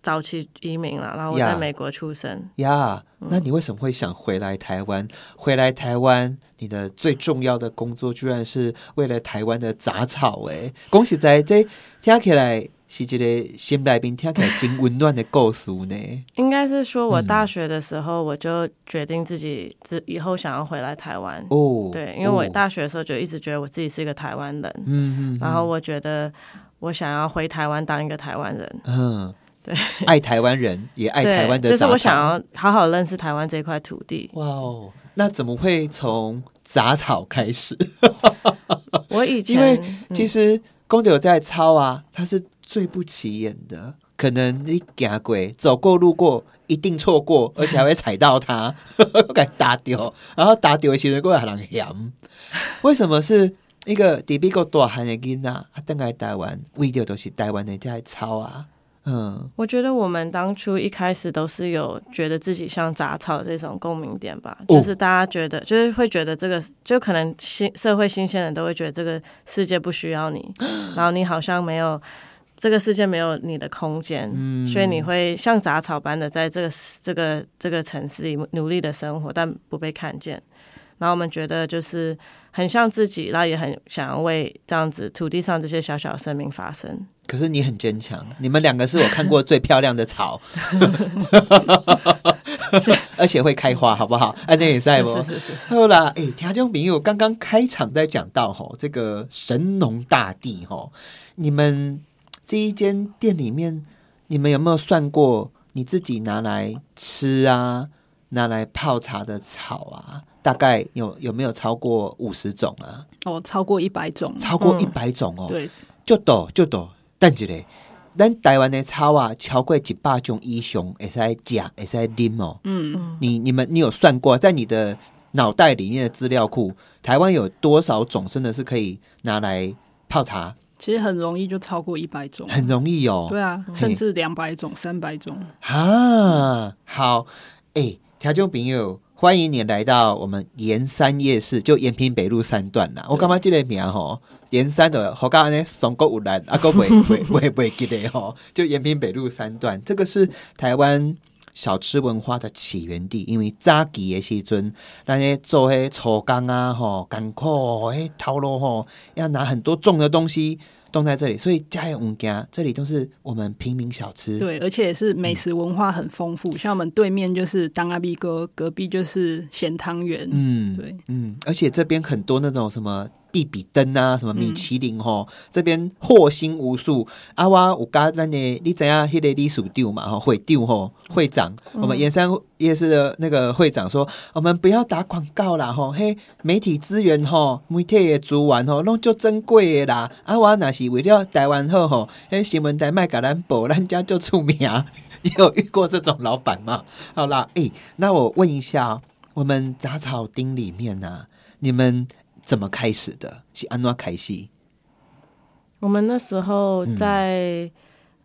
S4: 早期移民了，然后我在
S1: 呀
S4: 美国出生。
S1: 呀那你为什么会想回来台湾？回来台湾，你的最重要的工作居然是为了台湾的杂草哎、恭喜仔，这听起来是一个新来宾，听起来真温暖的故事呢。
S4: 应该是说我大学的时候，我就决定自己之以后想要回来台湾。
S1: 哦，
S4: 对，因为我
S1: 哦
S4: 大学的时候就一直觉得我自己是一个台湾人，
S1: 嗯嗯
S4: 然后我觉得我想要回台湾当一个台湾人，
S1: 嗯，对，爱台湾人也爱
S4: 对
S1: 台湾的
S4: 就
S1: 杂
S4: 是
S1: 草，
S4: 我想要好好认识台湾这块土
S1: [LAUGHS]
S4: 地。
S1: 哇哦，那怎么会从杂草开始？
S4: 我以
S1: 因为
S4: 前
S1: 其实公牛在抄啊，它是最不起眼的，可能你行过、走过、路过，一定错过，而且还会踩到它， [LAUGHS] 给打掉，然后打掉的时候过来人嫌。为什么是一个底比个大汉的囡仔，啊，登来台湾，为着都是台湾人在抄啊，嗯，
S4: 我觉得我们当初一开始都是有觉得自己像杂草这种共鸣点吧，
S1: 哦
S4: 就是大家觉得，就是会觉得这个，就可能新社会新鲜人都会觉得这个世界不需要
S1: [GASPS]
S4: 你，然后你好像没有这个世界没有你的空间，
S1: 嗯
S4: 所以你会像杂草般的在这个这个这个城市里努力的生活，但不被看见。然后我们觉得就是很像自己，然后也很想要为这样子土地上这些小小的生命发声。
S1: 可是你很坚强，你们两个是我看过最漂亮的
S4: [LAUGHS]
S1: 草，而且会开花，好不好？安内也在不？
S4: 是是是是。
S1: 好啦，哎、听众朋友，刚刚开场在讲到吼，这个神农大帝吼，你们这一间店里面，你们有没有算过你自己拿来吃啊，拿来泡茶的草啊，大概有有没有超过五十种啊？
S3: 哦，超过一百种，
S1: 超过
S4: 嗯
S1: 一百种哦，
S3: 对，
S1: 就多就多，等一下，咱台湾的草啊，超过一百种以上，会使食，会使啉哦。
S3: 嗯，
S1: 你你们你有算过，在你的脑袋里面的资料库，台湾有多少种真的是可以拿来泡茶？
S3: 其实很容易就超过一百种，
S1: 很容易哦。
S3: 对啊，甚至两百种、三百种。
S1: 啊，好，哎、听众朋友，欢迎你来到我们盐山夜市，就延平北路三段啦。我感觉这个名吼，盐山的好安呢，总够有人啊，够袂袂袂袂记得吼， [LAUGHS] 就延平北路三段，这个是台湾。小吃文化的起源地，因为早期的时阵，咱咧做迄粗工啊，吼，艰苦哦，迄头路吼，要拿很多重的东西动在这里，所以家有物件，这里都是我们平民小吃。
S3: 对，而且也是
S1: 嗯
S3: 美食文化很丰富，像我们对面就是当阿 B 哥，隔壁就是咸汤圆，
S1: 嗯，
S3: 对，
S1: 嗯，而且这边很多那种什么必比登啊，什么米其林吼，这边祸星无数。啊，我有甲咱的，你知影迄个理事长嘛吼，会长吼，会长，我们盐山夜市的那个会长说，哦我们不要打广告啦吼，嘿，媒体资源吼，媒体的资源吼，拢足珍贵的啦。啊，我若是为了台湾好吼，迄新闻台卖甲咱报，咱家就出名。 [LAUGHS] 你有遇过这种老板吗？好啦，诶、那我问一下、哦，我们杂草町里面呢、啊，你们怎么开始的？是安怎开始？
S4: 我们那时候
S1: 嗯
S4: 在、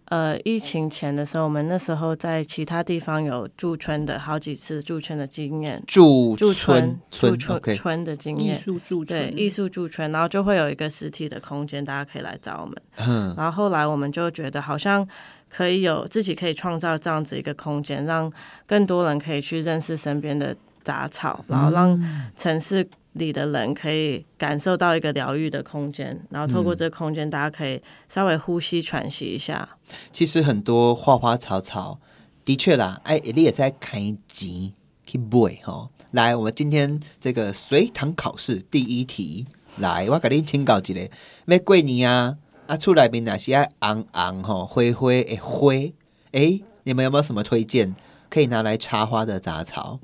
S4: 呃疫情前的时候，我们那时候在其他地方有驻村的好几次驻村的经验，
S1: 驻
S4: 驻
S1: 村
S4: 驻
S1: 村
S4: 村
S1: OK，
S4: 村的经
S3: 艺
S4: 验。
S3: 术驻
S4: 对
S3: 村，
S4: 艺术驻村，然后就会有一个实体的空间，大家可以来找我们。
S1: 嗯
S4: 然后后来我们就觉得好像可以有自己可以创造这样子一个空间，让更多人可以去认识身边的杂草，然后让
S1: 嗯
S4: 城市里的人可以感受到一个疗愈的空间，然后透
S1: 嗯
S4: 过这个空间，大家可以稍微呼吸喘息一下。
S1: 其实很多花花草草，的确啦，哎，你也在开集去买吼。来，我们今天这个随堂考试第一题，来，我给你请教一个，要过年啊，啊，厝内面哪些昂昂吼，灰灰诶灰，诶，你们有没有什么推荐可以拿来插花的杂草？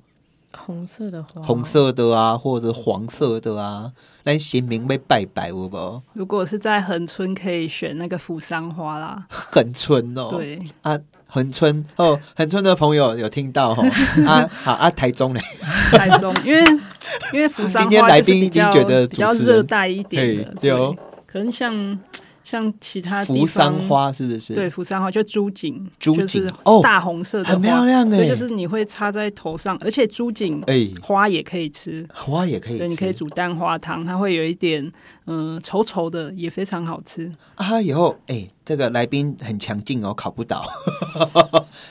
S4: 红色的花，
S1: 红色的啊，或者黄色的啊，咱神明被拜拜有无？ [LAUGHS]
S3: 如果是在恒春，可以选那个扶桑花啦。
S1: 很春哦，
S3: 对，
S1: 啊，很春哦，很春的朋友有听
S3: [LAUGHS]
S1: 到吼啊，好啊，台中嘞，
S3: 台中，因为因为扶桑
S1: 今天
S3: 花
S1: 来
S3: 就是
S1: 宾
S3: 比
S1: 已经
S3: 较
S1: 觉得
S3: 比较
S1: 主持人
S3: 热带一点的
S1: 嘿，对哦
S3: 可能像像其他地
S1: 扶
S3: 方
S1: 桑。花是不是？
S3: 对，，扶桑花就朱槿，
S1: 朱槿
S3: 就是
S1: 哦
S3: 大红色的花，
S1: 很漂亮欸
S3: 对，就是你会插在头上，而且朱槿
S1: 哎
S3: 花也可以吃，
S1: 花也可以吃，
S3: 对，你可以煮蛋花汤，它会有一点嗯、呃稠稠的，也非常好吃。
S1: 啊，以后哎、这个来宾很强劲哦，考不倒。 [LAUGHS]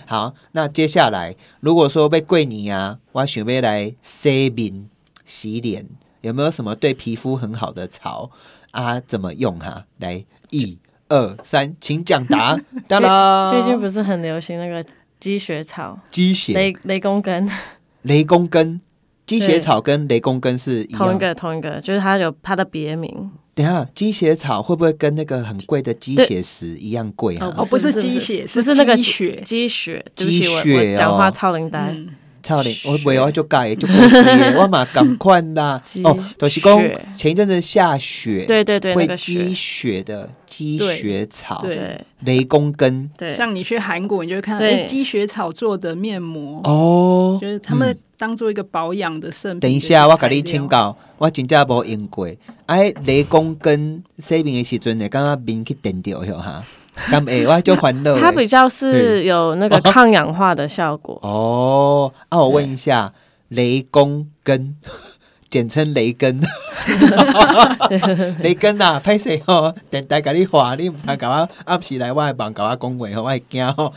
S1: 好，那接下来如果说被桂你啊，我想要来洗面洗脸，有没有什么对皮肤很好的草啊？怎么用哈、来，一二三，请讲
S4: [LAUGHS]
S1: 答。哒啦，
S4: 最近不是很流行那个积雪草、
S1: 鸡血、
S4: 雷雷公根，
S1: 雷公根、鸡血草跟雷公根是一
S4: 同一
S1: 样。
S4: 个同一个，就是它有它的别名，
S1: 等一下，鸡血草会不会跟那个很贵的鸡
S4: 对
S1: 血石一样贵啊？
S3: 哦不是鸡血
S4: 不
S3: 是
S4: 是那个
S3: 鸡血
S4: 积雪，对不起，
S1: 鸡
S4: 我
S1: 血哦
S4: 我讲话超龄呆。
S3: 嗯，
S1: 操你！我袂晓就改就过
S4: [LAUGHS]
S1: 的，我嘛赶快啦
S4: 积。
S1: 哦，就是讲
S4: 雪
S1: 前一阵子下雪，
S4: 对对对，那
S1: 会
S4: 个
S1: 积
S4: 雪，
S1: 雪的积
S3: 对
S1: 雪草、
S3: 对
S4: 对
S1: 雷公根
S4: 对，
S3: 像你去韩国，你就会看到
S4: 对
S3: 哎积雪草做的面膜，
S1: 哦。
S3: 就是他们当做一个保养的圣品。
S1: 等一下，我甲你请
S3: 清。
S1: 教，我真正无用过。哎，雷公根洗面的时阵，会感觉面去电掉哟哈，敢会我就烦恼
S4: [LAUGHS]
S1: 的。
S4: 它比较是有那个抗氧化的效果。
S1: 哦，啊，我问一下，雷公根， [LAUGHS] 简称雷根，雷根啊，拍谁哦？电台给你话，你唔通搞我暗时来我的房搞我恭维哦，我会惊哦。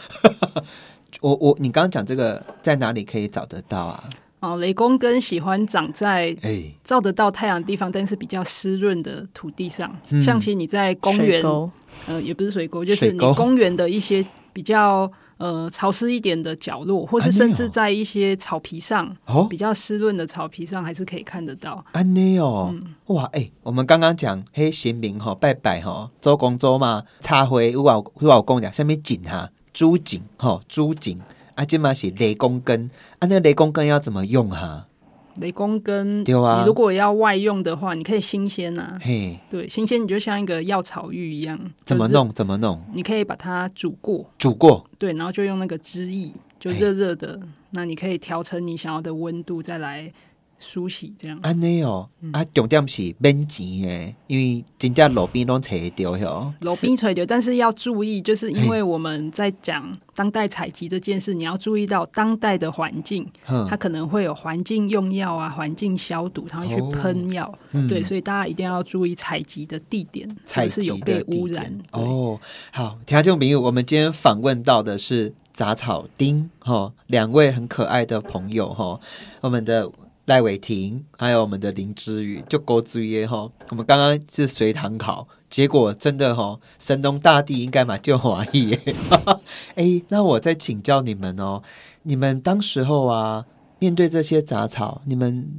S1: 我我你刚刚讲这个在哪里可以找得到啊？
S3: 哦，雷公根喜欢长在
S1: 哎、
S3: 照得到太阳的地方，但是比较湿润的土地上。像其实你在公
S4: 水
S3: 园，
S4: 沟
S3: 呃，也不是水沟，就是
S1: 嗯水
S3: 你
S1: 沟
S3: 公园的一些比较呃潮湿一点的角落，或
S1: 哎呦
S3: 是甚至在一些草皮上，
S1: 哦
S3: 比，较湿润的草皮上，还是可以看得到。
S1: 安内哦，
S3: 嗯
S1: 哇，哎、我们刚刚讲黑神明吼、拜拜吼、周公周嘛，插花有我有我有讲讲，下面锦哈，啊朱锦吼、朱锦，啊，这嘛是雷公根，啊，那个雷公根要怎么用哈、
S3: 雷公根，
S1: 对啊
S3: 你如果要外用的话，你可以新鲜啊，
S1: 嘿，
S3: 对，新鲜你就像一个药草浴一样，
S1: 怎么
S3: 就是
S1: 弄？怎么弄？
S3: 你可以把它煮过，
S1: 煮过
S3: 对，然后就用那个汁液，就
S1: 嘿
S3: 热热的。那你可以调成你想要的温度，再来梳洗这样。
S1: 安尼哦，
S3: 嗯
S1: 啊，重点是免钱诶，因为真正路边拢找得到哟。
S3: 楼冰垂流，但是要注意，就是因为我们在讲当代采集这件事，你要注意到当代的环境，它
S1: 哼，
S3: 可能会有环境用药啊、环境消毒，它会去喷药，
S1: 哦
S3: 对，所以大家一定要注意采集的地点是
S1: 嗯采
S3: 不是有
S1: 集
S3: 被
S1: 的地
S3: 污
S1: 点
S3: 染。对
S1: 哦。好，听众朋友，我们今天访问到的是杂草丁哈、哦，两位很可爱的朋友哈、哦，我们的。赖伟霆，还有我们的林之宇，就勾之耶哈。我们刚刚是随堂考，结果真的哈、神农大帝应该嘛就华裔耶。 [LAUGHS] 哎，那我再请教你们哦，你们当时候啊，面对这些杂草，你们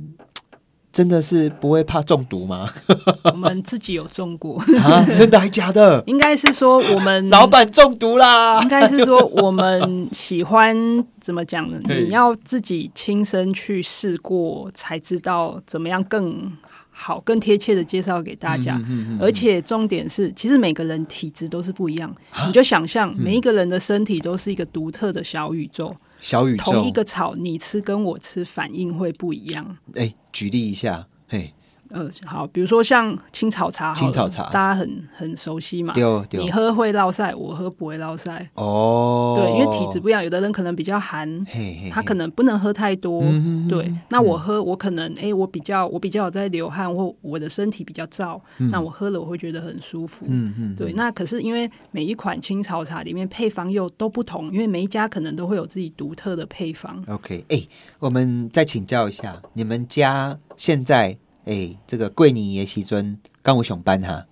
S1: 真的是不会怕中毒吗？ [LAUGHS]
S3: 我们自己有种过， [LAUGHS]
S1: 啊，真的还假的？
S3: 应该是说
S1: [LAUGHS]
S3: 我们
S1: 老板中毒啦
S3: 应！该是说我们喜欢怎么讲呢？
S1: 嘿
S3: 你要自己亲身去试过，才知道怎么样更好、更贴切的介绍给大
S1: 嗯
S3: 家。而且重点是，其实每个人体质都是不一样，
S1: 啊
S3: 你就想象
S1: 嗯
S3: 每一个人的身体都是一个独特的小宇宙，
S1: 小宇宙
S3: 同一，个草你吃跟我吃反应会不一样。
S1: 哎、举例一下，嘿，
S3: 呃，好，比如说像青草茶好了，
S1: 青草茶
S3: 大家很很熟悉嘛。
S1: 丢丢
S3: 你喝会落晒，我喝不会落晒。
S1: 哦，
S3: 对，因为体质，不一样，有的人可能比较寒，
S1: 嘿嘿嘿，嗯
S3: 他可能不能喝太多，对。那我喝，我可能哎、诶我比较我比较有在流汗，或我的身体比较燥，
S1: 嗯
S3: 那我喝了我会觉得很舒服，嗯嗯。对，那可是因为每一款青草茶里面配方又都不同，因为每一家可能都会有自己独特的
S1: [LAUGHS]
S3: 配方。
S1: OK，哎、我们再请教一下，你们家现在哎、这个桂林爷时阵刚有上班哈，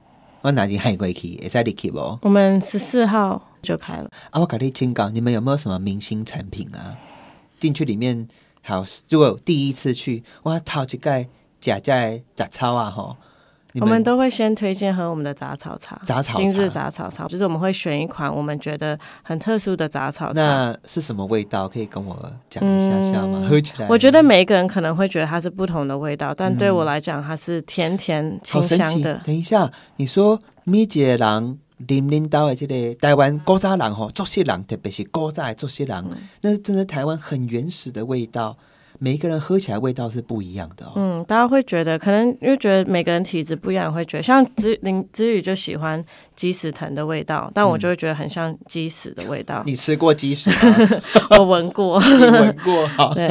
S1: 我哪里喊过去？会使入去不？啊，
S4: 我们十四号就开了，
S1: 我跟你请教，你们有没有什么明星产品啊？进去里面好，如果第一次去，哇，头一盖假在杂草啊吼，你
S4: 我们都会先推荐喝我们的杂草茶，
S1: 杂草茶
S4: 精致杂草茶，就是我们会选一款我们觉得很特殊的杂草茶。
S1: 那是什么味道？可以跟我讲一下下吗？喝起来，
S4: 嗯我觉得每一个人可能会觉得它是不同的味道，但对我来讲，它是甜甜
S1: 好
S4: 清
S1: 神
S4: 香
S1: 奇。
S4: 的。
S1: 等一下，你说米姐人。林林岛的这个台湾古早人吼，作息人特别是古早的作息人，
S4: 嗯
S1: 那是真的台湾很原始的味道，每一个人喝起来味道是不一样的哦。
S4: 嗯，大家会觉得可能因为觉得每个人体质不一样，会觉得像之林之宇就喜欢鸡屎藤的味道，但我就会觉得很像鸡屎的味道。
S1: 嗯你吃过鸡屎吗？
S4: [LAUGHS] 我闻过，
S1: 你闻过？好， [LAUGHS]
S4: 对，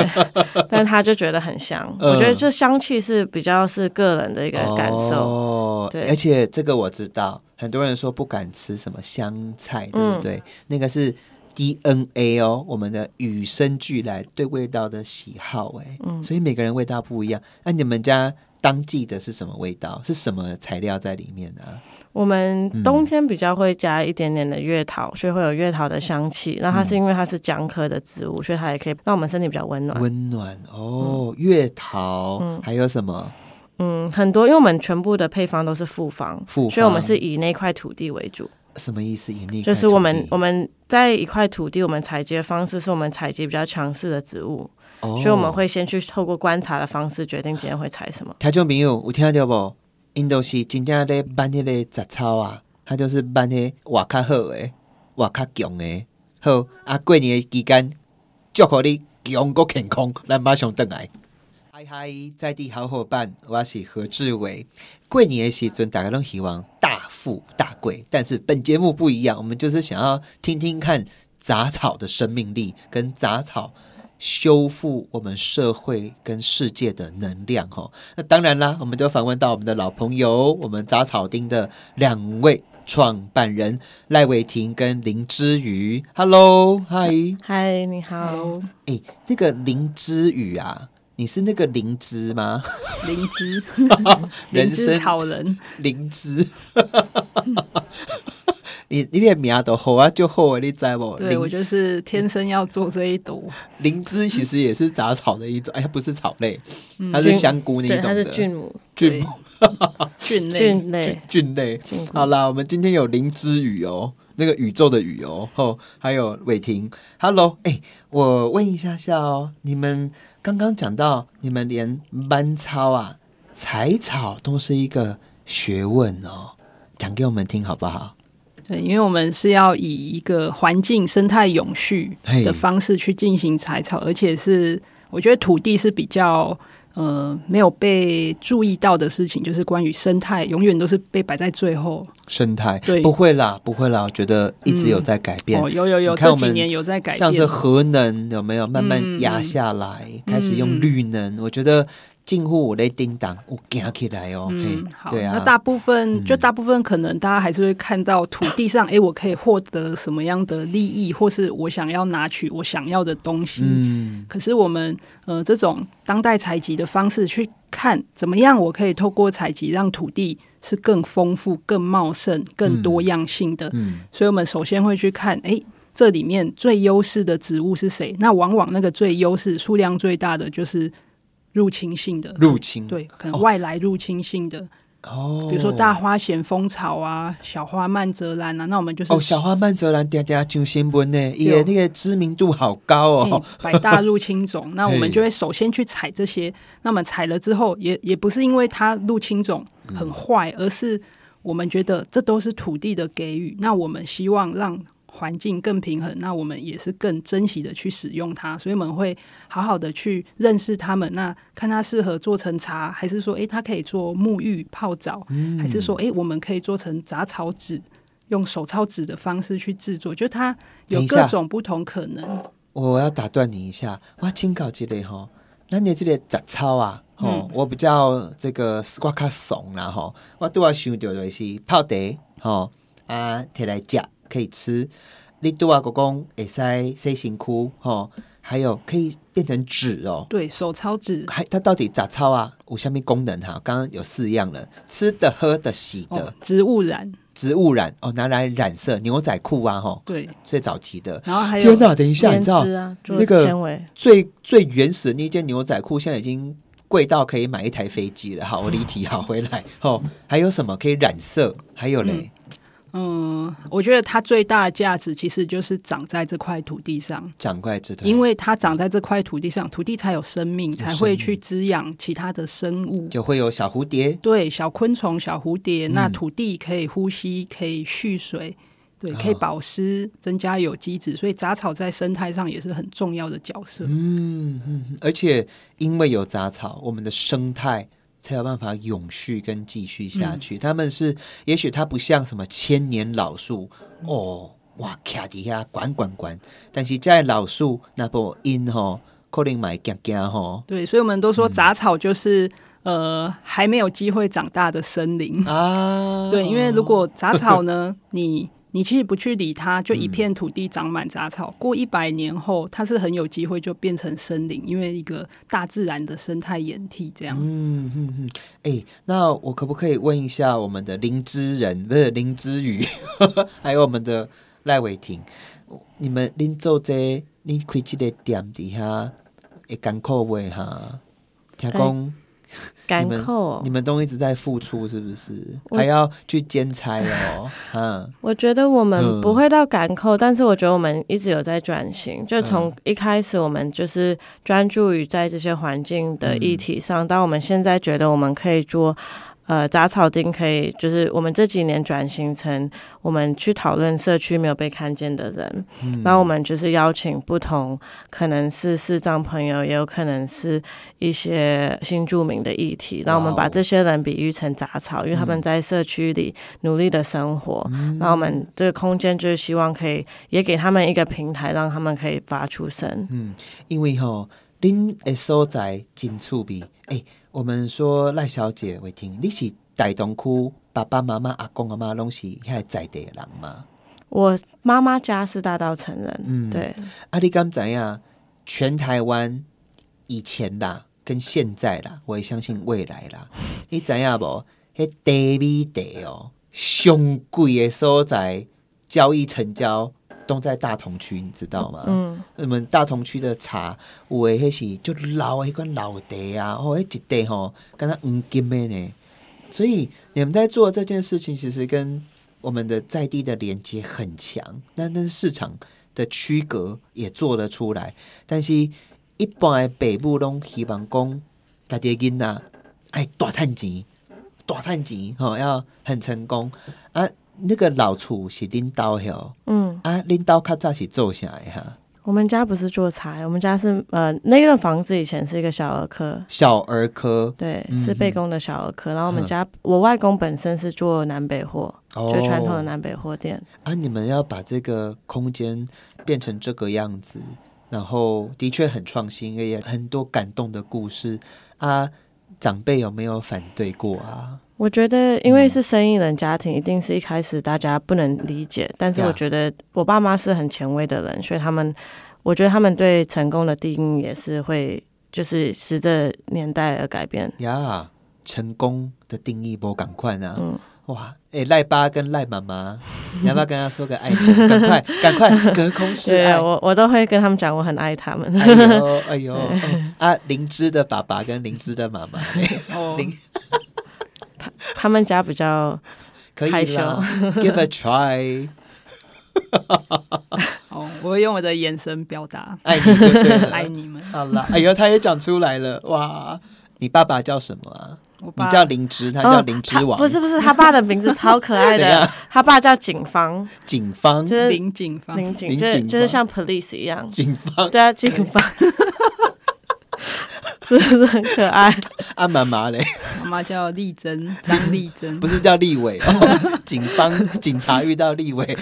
S4: 但他就觉得很香。
S1: 嗯
S4: 我觉得这香气是比较是个人的一个感受。
S1: 哦，
S4: 对
S1: 而且这个我知道，很多人说不敢吃什么香菜，对
S4: 嗯
S1: 不对？那个是 DNA 哦，我们的与生俱来对味道的喜好，哎，
S4: 嗯
S1: 所以每个人味道不一样。那你们家当季的是什么味道？是什么材料在里面啊？
S4: 我们冬天比较会加一点点的月桃，所以会有月桃的香气。那它
S1: 嗯
S4: 是因为它是姜科的植物，所以它也可以让我们身体比较温暖。
S1: 温暖哦，月桃，还有什么？
S4: 嗯，很多，因为我们全部的配方都是复方，
S1: 复方
S4: 所以我们是以那块土地为主，
S1: 什么意思？啊隐匿
S4: 就是我们我
S1: 们，
S4: 们在一块土地，我们采集的方式是我们采集比较强势的植物，
S1: 哦
S4: 所以我们会先去透过观察的方式决定今天会采什么。
S1: 听众朋友有听到无？因都是真正咧办迄个杂草啊，他就是办迄活较好诶，活较强诶。好啊，过年诶期间，祝福你强国健康，咱马上转来。嗨嗨，在地好伙伴，我是何志伟。过年的时阵，大家都希望大富大贵，但是本节目不一样，我们就是想要听听看杂草的生命力跟杂草修复我们社会跟世界的能量哈。那当然啦，我们就访问到我们的老朋友，我们杂草町的两位创办人赖伟霆跟林之瑜。Hello，嗨，
S4: 嗨，你好，
S1: 哎，那个林之瑜啊，你是那个灵芝
S3: [LAUGHS]
S1: 吗？
S3: 灵芝，灵
S1: 人
S3: 芝
S1: 生
S3: 草人，
S1: 灵芝。你你连名都好啊，就好啊，你知不？
S3: 对我
S1: 灵
S3: 就是天生要做这一朵，
S1: 灵芝其实也是杂草的一种，哎，它不是草类，
S3: 嗯
S1: 它是香菇那
S4: 对，
S1: 一种
S4: 它是
S1: 的
S4: 菌母
S1: 菌
S3: 菌类，
S4: 菌类
S1: 菌。菌类。好啦，我们今天有灵芝雨哦，那个宇宙的宇哦，吼，还有伟霆，Hello，哎、我问一下下哦，你们刚刚讲到你们连班超啊、采草都是一个学问哦，讲给我们听好不好？
S3: 对，因为我们是要以一个环境生态永续
S1: 嘿
S3: 的方式去进行采草，而且是我觉得土地是比较呃没有被注意到的事情，就是关于生态永远都是被摆在最后。
S1: 生态
S3: 对
S1: 不会啦，不会啦，我觉得一直有在改变。
S3: 哦，有有有，
S1: 你看
S3: 这
S1: 我们
S3: 几年有在改
S1: 像是
S3: 变。
S1: 核能有没有慢慢
S3: 嗯
S1: 压下来，开始用绿能？我觉得近乎我的叮当，我行起来哦。
S3: 嗯
S1: 嘿，
S3: 好，
S1: 对啊，
S3: 那大部分就大部分可能大家还是会看到土地上， [LAUGHS] 诶，我可以获得什么样的利益，或是我想要拿取我想要的东西。
S1: 嗯，
S3: 可是我们呃这种当代采集的方式去看，怎么样我可以透过采集让土地是更丰富、更茂盛、更多样性的。
S1: 嗯
S3: 所以我们首先会去看，诶，这里面最优势的植物是谁？那往往那个最优势、数量最大的就是入侵性的。
S1: 入哦侵，
S3: 对，可能外来入侵性的，
S1: 哦，
S3: 比如说大花咸丰草啊、小花曼泽兰啊，那我们就是
S1: 哦，小花曼泽兰嗲嗲上新闻呢，也
S3: 对
S1: 那个知名度好高
S3: 哎
S1: 哦，
S3: 百大入侵
S1: [LAUGHS]
S3: 种，那我们就会首先去采这些。那么采了之后，也也不是因为它入侵种
S1: 嗯
S3: 很坏，而是我们觉得这都是土地的给予。那我们希望让环境更平衡，那我们也是更珍惜的去使用它，所以我们会好好的去认识它们。那看它适合做成茶，还是说，诶，它可以做沐浴泡澡，
S1: 嗯
S3: 还是说，诶，我们可以做成杂草纸。用手抄纸的方式去制作，就它有
S1: 等一
S3: 各
S1: 下
S3: 种不同可能。
S1: 我要打断你一下，我请教这类吼，咱的这个杂草啊，吼、
S3: 嗯
S1: 我比较这个我较怂啦吼，我对我想到就是泡茶吼啊，摕来食可以吃，你对我讲会使洗身躯吼，还有可以变成纸哦。
S3: 对手抄纸
S1: 还它到底杂草啊有下面功能哈、刚刚有四样了，吃的、喝的、洗的，
S3: 哦，植物染
S1: 植物染哦，拿来染色牛仔裤啊，哈，
S3: 对，
S1: 最早期的。
S3: 然后还有
S1: 天哪，等一下，
S4: 编
S1: 你知
S4: 织
S1: 道
S4: 啊，做
S1: 那个
S4: 纤维，
S1: 最最原始的那件牛仔裤，现在已经贵到可以买一台飞机了。好，我离题，好回来。哦，还有什么可以染色？还有嘞，
S3: 嗯，我觉得它最大的价值其实就是长在这块土地上，
S1: 掌柜之团，
S3: 因为它长在这块土地上，土地才有生命，才
S1: 生
S3: 会
S1: 命
S3: 去滋养其他的生物。
S1: 就嗯会有小蝴蝶，
S3: 对，小昆虫、小蝴蝶，那土地可以呼吸，可以蓄水，对，可以
S1: 哦
S3: 保湿，增加有机质，所以杂草在生态上也是很重要的角色。
S1: 嗯而且因为有杂草，我们的生态才有办法永续跟继续下去。他们是，也许它不像什么千年老树哦，哇，卡底下管管管，但是在老树那部因吼，可能买夹夹吼。
S3: 对，所以我们都
S1: 嗯
S3: 说杂草就是、呃还没有机会长大的森林。
S1: 啊，
S3: 对，因为如果杂
S1: [LAUGHS]
S3: 草呢，你你其实不去理它，就一
S1: 嗯
S3: 片土地长满杂草，过一百年后，它是很有机会就变成森林，因为一个大自然的生态演替这
S1: 嗯
S3: 样。
S1: 哎、那我可不可以问一下我们的林之人，不是林之宇， [LAUGHS] 还有我们的赖伟霆，你们恁做这恁开这个店底下会艰苦未哈？听讲、
S4: 干
S1: 你们
S4: 扣哦
S1: 你。们都一直在付出，是不是？
S4: 我
S1: 还要去兼差哦， [LAUGHS] 哈，
S4: 我觉得我
S1: 嗯
S4: 们不会到赶扣，但是我觉得我们一直有在转型。就从一开始，我们就是专注于在这些环境的议题上，到我们现在觉得我们可以做。呃，杂草丁可以，就是我们这几年转型成我们去讨论社区没有被看见的人，那、我们就是邀请不同，可能是视障朋友，也有可能是一些新住民的议题，那我们
S1: 哇哦
S4: 把这些人比喻成杂草，因为他们在社区里努力的生活。那我们这个空间就是希望可以也给他们一个平台，让他们可以发出声。
S1: 因为吼、恁的所在真趣味。哎、我们说赖小姐伟霆，你是大东区爸爸妈妈阿公阿妈拢是遐在地的人吗？
S4: 我妈妈家是大道城人，
S1: 嗯
S4: 对，
S1: 啊，你敢怎样？全台湾以前啦，跟现在啦，我也相信未来啦。你知影无？迄地米地哦，上贵的所在，交易成交都在大同区，你知道吗？
S4: 嗯，
S1: 我们大同区的茶，有诶迄是就老诶迄款老地啊，哦，迄一地吼、敢若黄金诶呢。所以你们在做这件事情，其实跟我们的在地的连接很强，那但是市场的区隔也做得出来。但是一般的北部拢希望讲，家己的囡仔爱大趁钱，大趁钱吼、要很成功啊。那个老厝是恁兜的哦，
S4: 嗯，
S1: 啊，恁兜较早是做啥的哈、
S4: 我们家不是做茶，我们家是呃那个房子以前是一个小儿科。
S1: 小儿科，
S4: 对，
S1: 嗯
S4: 是贝公的小儿科。然后我们家，我外公本身是做南北货，
S1: 哦
S4: 就传统的南北货店。
S1: 啊，你们要把这个空间变成这个样子，然后的确很创新，也有很多感动的故事啊。长辈有没有反对过啊？
S4: 我觉得，因为是生意人家庭，一定是一开始大家不能理解。但是
S1: Yeah
S4: 我觉得我爸妈是很前卫的人，所以他们，我觉得他们对成功的定义也是会，就是随着年代而改变。
S1: 呀，成功的定义不赶快啊！
S4: 嗯
S1: 哇，哎、赖爸跟赖妈妈，你要不要跟他说个爱你？赶快，赶快，隔空示
S4: 对
S1: 爱
S4: 啊，。我我都会跟他们讲，我很爱他们。 [LAUGHS]
S1: 哎呦，哎呦，哦啊！灵芝的爸爸跟灵芝的妈妈， [LAUGHS]
S3: 哦，
S4: 他们家比较
S1: 可以
S4: 害羞
S1: 啦，give a try，
S3: 哦，我会用我的眼神表达
S1: 爱你就对
S4: [LAUGHS]
S1: 了，
S3: 爱你们。
S1: 好啦，哎呦，他也讲出来了，哇！你爸爸叫什么啊？
S3: 我
S1: [LAUGHS] 你
S3: 爸
S1: 叫灵芝，他叫灵芝王，
S4: 不是不哦啊是，他爸的名字超可爱
S1: [LAUGHS] 怎样
S4: 的，他爸叫警方，
S1: 警方
S4: 就，是
S3: 林景芳，
S4: 林警，
S1: 林
S4: 就是
S1: 警
S4: 就是
S1: 方
S4: 像 police 一样，
S1: 警方
S4: 对啊，警方， [LAUGHS] 是不是很可爱？
S1: 啊，妈妈嘞，
S3: 妈妈叫丽珍，张丽珍
S1: 不。是叫立伟
S4: [LAUGHS]
S1: 哦，警方警察遇到立伟，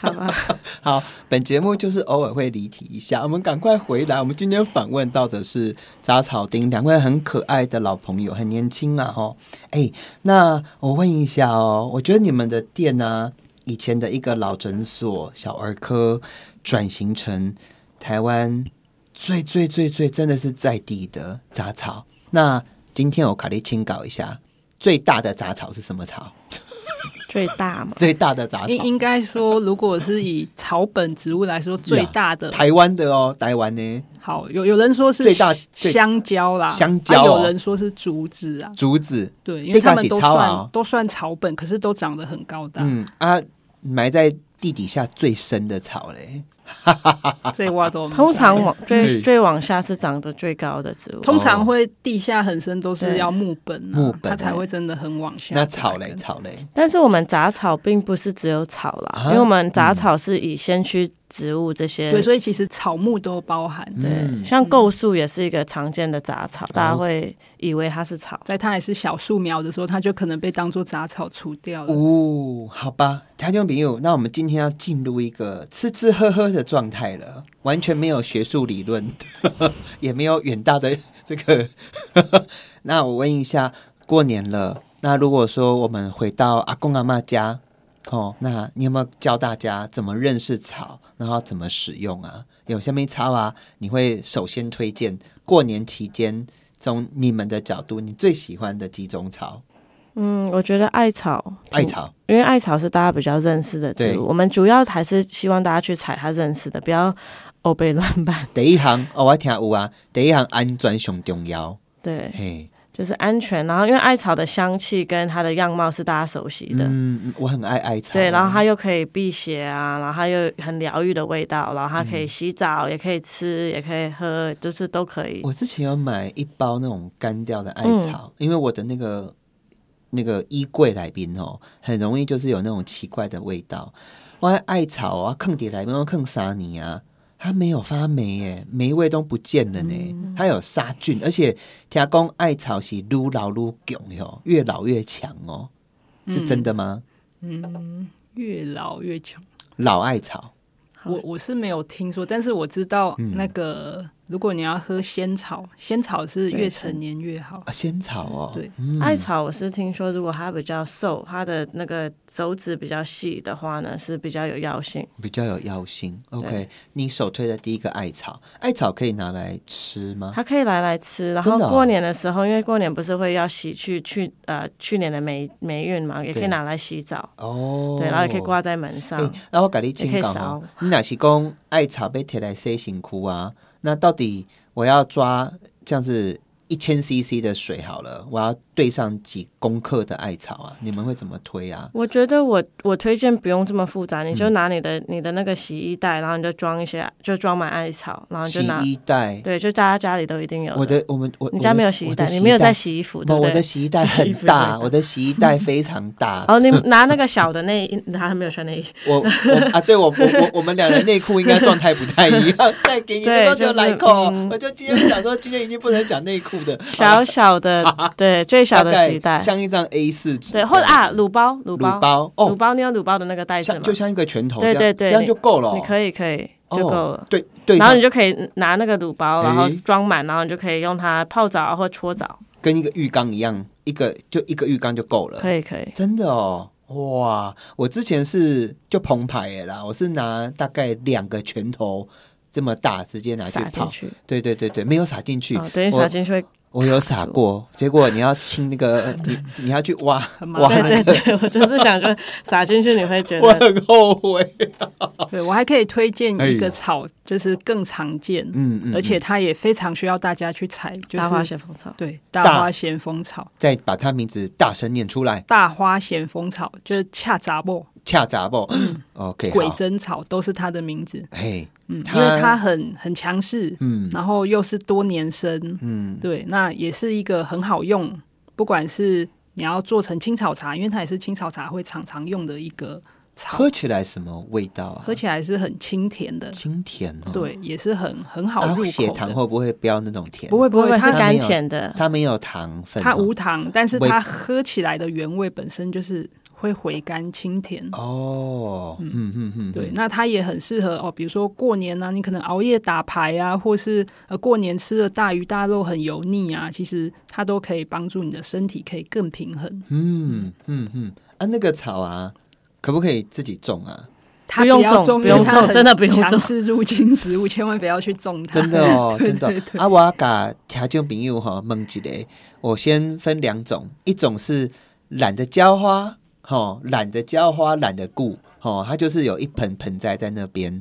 S4: 好吧，
S1: [LAUGHS] 好，本节目就是偶尔会离题一下，我们赶快回来。我们今天访问到的是杂草丁，两位很可爱的老朋友，很年轻啊，哈。哎，那我问一下哦，我觉得你们的店呢、以前的一个老诊所、小儿科，转型成台湾最最最最真的是在地的杂草。那今天我考虑清搞一下，最大的杂草是什么草？
S4: 最大嘛。
S1: 最大的杂
S3: 应
S1: 草，
S3: 应该说，如果是以草本植物来说，最大的
S1: 台湾的哦，台湾呢，
S3: 好有有人说是
S1: 最大最
S3: 香蕉啦，
S1: 香蕉
S3: 啊
S1: 哦
S3: 有人说是竹子啊，
S1: 竹子，
S3: 对，因
S1: 这
S3: 为
S1: 个
S3: 他
S1: 是
S3: 们都
S1: 草啊
S3: 算都算草本，可是都长得很高大，
S1: 嗯啊，埋在地底下最深的草嘞，
S3: 这挖都
S4: 通常往最
S1: 嗯
S4: 最往下是长得最高的植物，啊
S3: 通常会地下很深，都是
S4: 对
S3: 要木本啊，
S1: 木本
S3: 它才会真的很往下。
S1: 那草嘞，草嘞，
S4: 但是我们杂草并不是只有草啦，因为我们杂草是以先驱植物这些，
S3: 对，所以其实草木都包含，
S4: 对，像构树也是一个常见的杂草，大家会以为它是草。
S3: 在它还是小树苗的时候，它就可能被当做杂草除掉了。
S1: 哦，好吧，听众朋友，那我们今天要进入一个吃吃喝喝的状态了，完全没有学术理论， [LAUGHS] 也没有远大的这个。 [LAUGHS] 那我问一下，过年了，那如果说我们回到阿公阿嬷家，哦，那你有没有教大家怎么认识草，然后怎么使用啊？有下面草啊，你会首先推荐过年期间从你们的角度，你最喜欢的几种草？
S4: 嗯，我觉得艾草，
S1: 艾草，
S4: 因为艾草是大家比较认识的植
S1: 对
S4: 物，我们主要还是希望大家去采它认识的，不要欧背乱办。
S1: 第一行哦，我听有啊，第一行安全上重要，
S4: 对，
S1: 嘿，
S4: 就是安全。然后因为艾草的香气跟它的样貌是大家熟悉的，
S1: 嗯，嗯我很爱艾草，
S4: 对，然后它又可以辟邪啊，然后它又很疗愈的味道，然后它可以洗澡，也可以吃，也可以喝，就是都可以。
S1: 我之前有买一包那种干掉的艾草，
S4: 嗯
S1: 因为我的那个那个衣柜来宾哦，很容易就是有那种奇怪的味道。我的艾草啊，坑底来宾，坑啥你啊？它没有发霉耶，霉味都不见了呢。
S4: 嗯
S1: 它有杀菌，而且听讲艾草是愈老愈强哟，越老越强哦，
S4: 嗯
S1: 是真的吗？
S3: 越老越强，
S1: 老艾草，
S3: 我我是没有听说，但是我知道那个，如果你要喝仙草，仙草是越成年越好
S1: 啊，。仙草哦，
S3: 对，
S4: 艾草我是听说，如果它比较瘦，它的那个手指比较细的话呢，是比较有药性。
S1: 比较有药性。OK，你首推的第一个艾草，艾草可以拿来吃吗？
S4: 它可以来来吃，然
S1: 真
S4: 后
S1: 的哦
S4: 过年的时候，因为过年不是会要洗去去呃去年的霉霉运嘛，也可以拿来洗澡，
S1: 哦，
S4: 对，然后也可以挂在门上。
S1: 欸。那我跟你请
S4: 也可
S1: 教
S4: 以烧
S1: 哦，你哪是讲艾草被贴来塞辛苦啊？那到底我要抓这样子一千 CC 的水好了，我要兑上几公克的艾草啊？你们会怎么推啊？
S4: 我觉得我我推荐不用这么复杂，你
S1: 嗯
S4: 就拿你的、你的那个洗衣袋，然后你就装一些，就装满艾草，然后就
S1: 洗
S4: 拿，
S1: 衣袋，
S4: 对，就大家家里都一定有
S1: 我的我们我
S4: 你家没有洗衣袋，你没有在。洗衣服，
S1: 我的
S4: 对不
S1: 不我
S4: 对
S1: 的？洗衣袋
S4: 衣
S1: 很
S4: 服
S1: 大，
S4: 太大
S1: 我的洗衣袋非常
S4: [LAUGHS]
S1: 大。
S4: 哦，你拿那个小的内衣，他没有穿
S1: [LAUGHS]
S4: 内衣，
S1: 我我啊，对我我我我们俩的内裤应该状态不太一
S4: [LAUGHS]
S1: 样，再给你这
S4: 对
S1: 么久
S4: 就是
S1: 来口，
S4: 嗯
S1: 我就今天想说，今天已经不能讲内裤的，
S4: 小
S1: [LAUGHS]
S4: 小的，对，最小
S1: 大
S4: 的
S1: 概
S4: 洗衣袋，
S1: 像一张 A 四纸这
S4: 对，
S1: 样子，
S4: 或者啊，卤包，卤
S1: 乳
S4: 包，
S1: 包
S4: 卤
S1: 哦，
S4: 包，你有卤包的那个袋子
S1: 像
S4: 吗
S1: 就？像一个拳头这
S4: 对
S1: 样，
S4: 对对，
S1: 这样就够了哦，
S4: 你可以可以就
S1: 哦
S4: 够了。
S1: 对对，
S4: 然后你
S1: 就
S4: 就可以拿那个卤包，然后
S1: 诶
S4: 装满，然后你就可以用它泡澡啊或搓澡，
S1: 跟一个浴缸一样，一个就一个浴缸就够了，
S4: 可以可以。
S1: 真的哦。哇！我之前是就澎湃的啦，我是拿大概两个拳头这么大，直接拿去
S4: 撒进
S1: 泡。
S4: 去，
S1: 对对对对，没有撒进去，
S4: 哦，等于
S1: 我
S4: 撒进去会，
S1: 我有撒过，结果你要清那
S3: [LAUGHS]
S1: 个，你你要去挖
S3: 麻
S1: 挖
S3: 烦
S4: 哦对
S1: 那
S4: 对
S1: 个，
S4: 对， [LAUGHS] 我就是想说撒进去你会觉
S1: 我
S4: 得，
S1: 很后悔。
S3: 对我还可以推荐一
S1: 哎呦
S3: 个草，就是更常见，
S1: 嗯嗯，
S3: 而且它也非常需要大家去采，就
S4: 大花
S3: 是
S4: 雪风草，
S3: 对
S1: 大
S3: 大花咸丰草。
S1: 再把他名字大声念出来，
S3: 大花咸丰草就是恰杂木、
S1: 恰杂不？OK，
S3: 嗯鬼
S1: 好，
S3: 针草都是它的名字，
S1: 嘿，
S3: 嗯，
S1: 它
S3: 因为它很很强势，
S1: 嗯
S3: 然后又是多年生，嗯，对，那也是一个很好用，不管是你要做成青草茶，因为它也是青草茶会常常用的一个草，
S1: 喝起来什么味道啊？
S3: 喝起来是很清甜的，
S1: 清甜哦。，
S3: 对，也是很很好
S1: 啊
S3: 入，
S1: 血
S3: 口
S1: 糖
S3: 的，
S1: 会不会飙那种甜？
S3: 不会不
S4: 不
S3: 会，
S4: 会是
S3: 它
S1: 它没
S4: 甘
S1: 有
S4: 甜的，
S1: 它没有糖分哦，
S3: 它无糖，但是
S1: 味
S3: 它喝起来的原味本身就是会回甘清甜。
S1: 哦，嗯嗯嗯，
S3: 对，那它也很适合哦，比如说过年啊，你可能熬夜打牌啊，或是呃过年吃的大鱼大肉很油腻啊，其实它都可以帮助你的身体可以更平衡。
S1: 嗯嗯嗯啊，那个草啊，可不可以自己种啊？
S3: 它
S4: 不用
S3: 较
S4: 种
S3: 重，
S4: 不用种真的不用
S3: 强
S4: 种
S3: 势入侵植物，千万不要去种 [LAUGHS] 它。
S1: 真的哦，
S3: 对
S1: 真的哦
S3: 对对
S1: 啊！我要甲听众朋友哈问一个，我先分两种，一种是懒得浇花，哦，懒得浇花，懒得顾，哦，它就是有一盆盆栽在那边。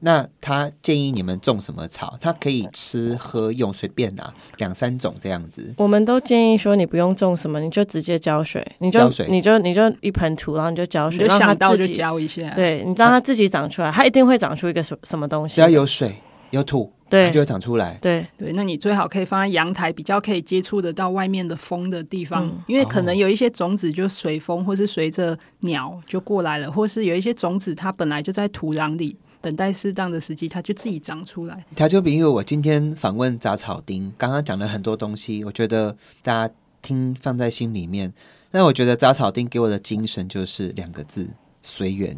S1: 那他建议你们种什么草？它可以吃、喝、用，随便拿两三种这样子。
S4: 我们都建议说，你不用种什么，你就直接浇水，你就
S1: 浇水
S4: 你就你就一盆土，然后你就浇
S3: 你就
S4: 水，让它
S3: 想到
S4: 自
S3: 就
S4: 己，
S3: 教一下，，
S4: 对你让它自己长出来，它一定会长出一个什什么东西。
S1: 只要有水有土，
S4: 对
S1: 它就会长出来。
S4: 对，
S3: 对，那你最好可以放在阳台，比较可以接触得到外面的风的地方，
S4: 嗯
S3: 因为可能
S1: 哦
S3: 有一些种子就随风，或是随着鸟就过来了，或是有一些种子它本来就在土壤里，等待适当的时机，它就自己长出来。
S1: 调酒比喻，我今天访问杂草丁，刚刚讲了很多东西，我觉得大家听放在心里面。那我觉得杂草丁给我的精神就是两个字：随缘。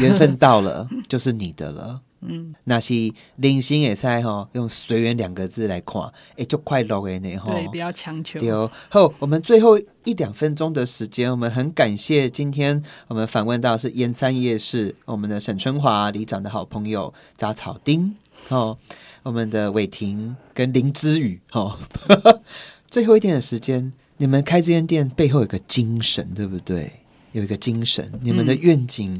S1: 缘分到了，就是你的了。嗯，那是零星也赛哈，用随缘两个字来看，哎、就快乐的呢哈。
S3: 对，不要强求。
S1: 对哦，好，我们最后一两分钟的时间，我们很感谢今天我们访问到是燕山夜市我们的沈春华里长的好朋友杂草丁哦，我们的伟霆跟林之宇哦。 [LAUGHS] 最后一点的时间，你们开这间店背后有个精神，对不对？有一个精神，你们的愿景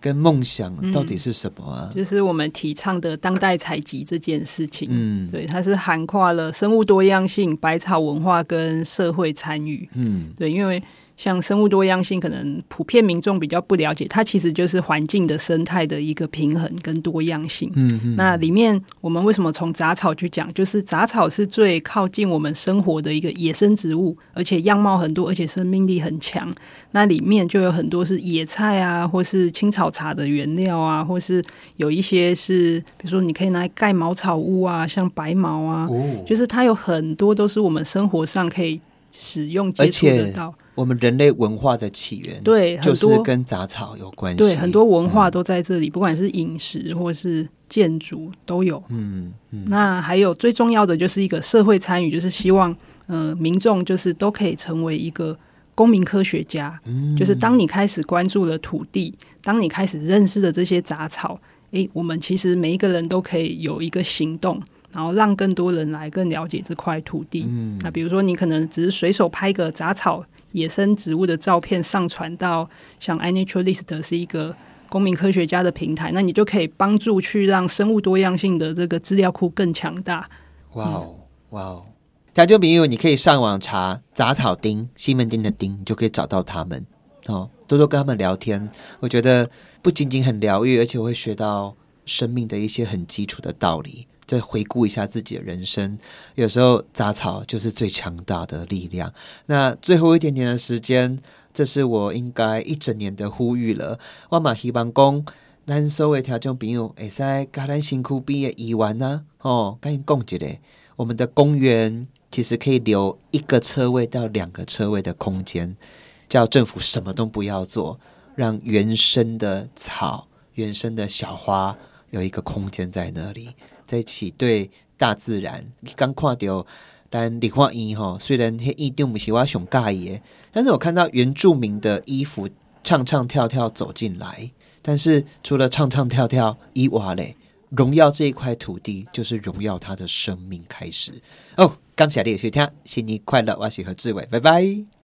S1: 跟梦想到底是什么啊？
S3: 就是我们提倡的当代采集这件事情，
S1: 嗯
S3: 对，它是涵跨了生物多样性、百草文化跟社会参与，
S1: 嗯
S3: 对，因为像生物多样性，可能普遍民众比较不了解，它其实就是环境的生态的一个平衡跟多样性。
S1: 嗯嗯
S3: 那里面我们为什么从杂草去讲？就是杂草是最靠近我们生活的一个野生植物，而且样貌很多，而且生命力很强。那里面就有很多是野菜啊，或是青草茶的原料啊，或是有一些是，比如说你可以拿来盖茅草屋啊，像白毛啊，
S1: 哦，
S3: 就是它有很多都是我们生活上可以使用接触
S1: 而且
S3: 得到。
S1: 我们人类文化的起源
S3: 对，
S1: 就
S3: 很
S1: 是
S3: 多
S1: 跟杂草有关系，嗯
S3: 对很多文化都在这里，不管是饮食或是建筑都有。
S1: 嗯嗯。
S3: 那还有最重要的就是一个社会参与，就是希望呃民众就是都可以成为一个公民科学家。
S1: 嗯
S3: 就是当你开始关注了土地，当你开始认识了这些杂草，诶，我们其实每一个人都可以有一个行动。然后让更多人来更了解这块土地。
S1: 嗯
S3: 那比如说，你可能只是随手拍个杂草、野生植物的照片上传到像 iNaturalist 是一个公民科学家的平台，那你就可以帮助去让生物多样性的这个资料库更强大。
S1: 哇哦，哇哦！调酒朋友，你可以上网查杂草丁、西门町的丁，你就可以找到他们哦。多多跟他们聊天，我觉得不仅仅很疗愈，而且我会学到生命的一些很基础的道理。再回顾一下自己的人生，有时候杂草就是最强大的力量。那最后一点点的时间，这是我应该一整年的呼吁了。我嘛希望讲，咱所有听众朋友会使甲咱身躯边的议员呐、啊，哦，跟因讲一下，我们的公园其实可以留一个车位到两个车位的空间，叫政府什么都不要做，让原生的草、原生的小花有一个空间在那里，在一起对大自然。你刚看到。咱理化院吼，虽然迄一定不是我上介意的，但是我看到原住民的衣服唱唱跳跳走进来，但是除了唱唱跳跳伊瓦嘞，荣耀这一块土地就是荣耀他的生命开始。哦，感谢你的收听，新年快乐，我是何志伟，拜拜。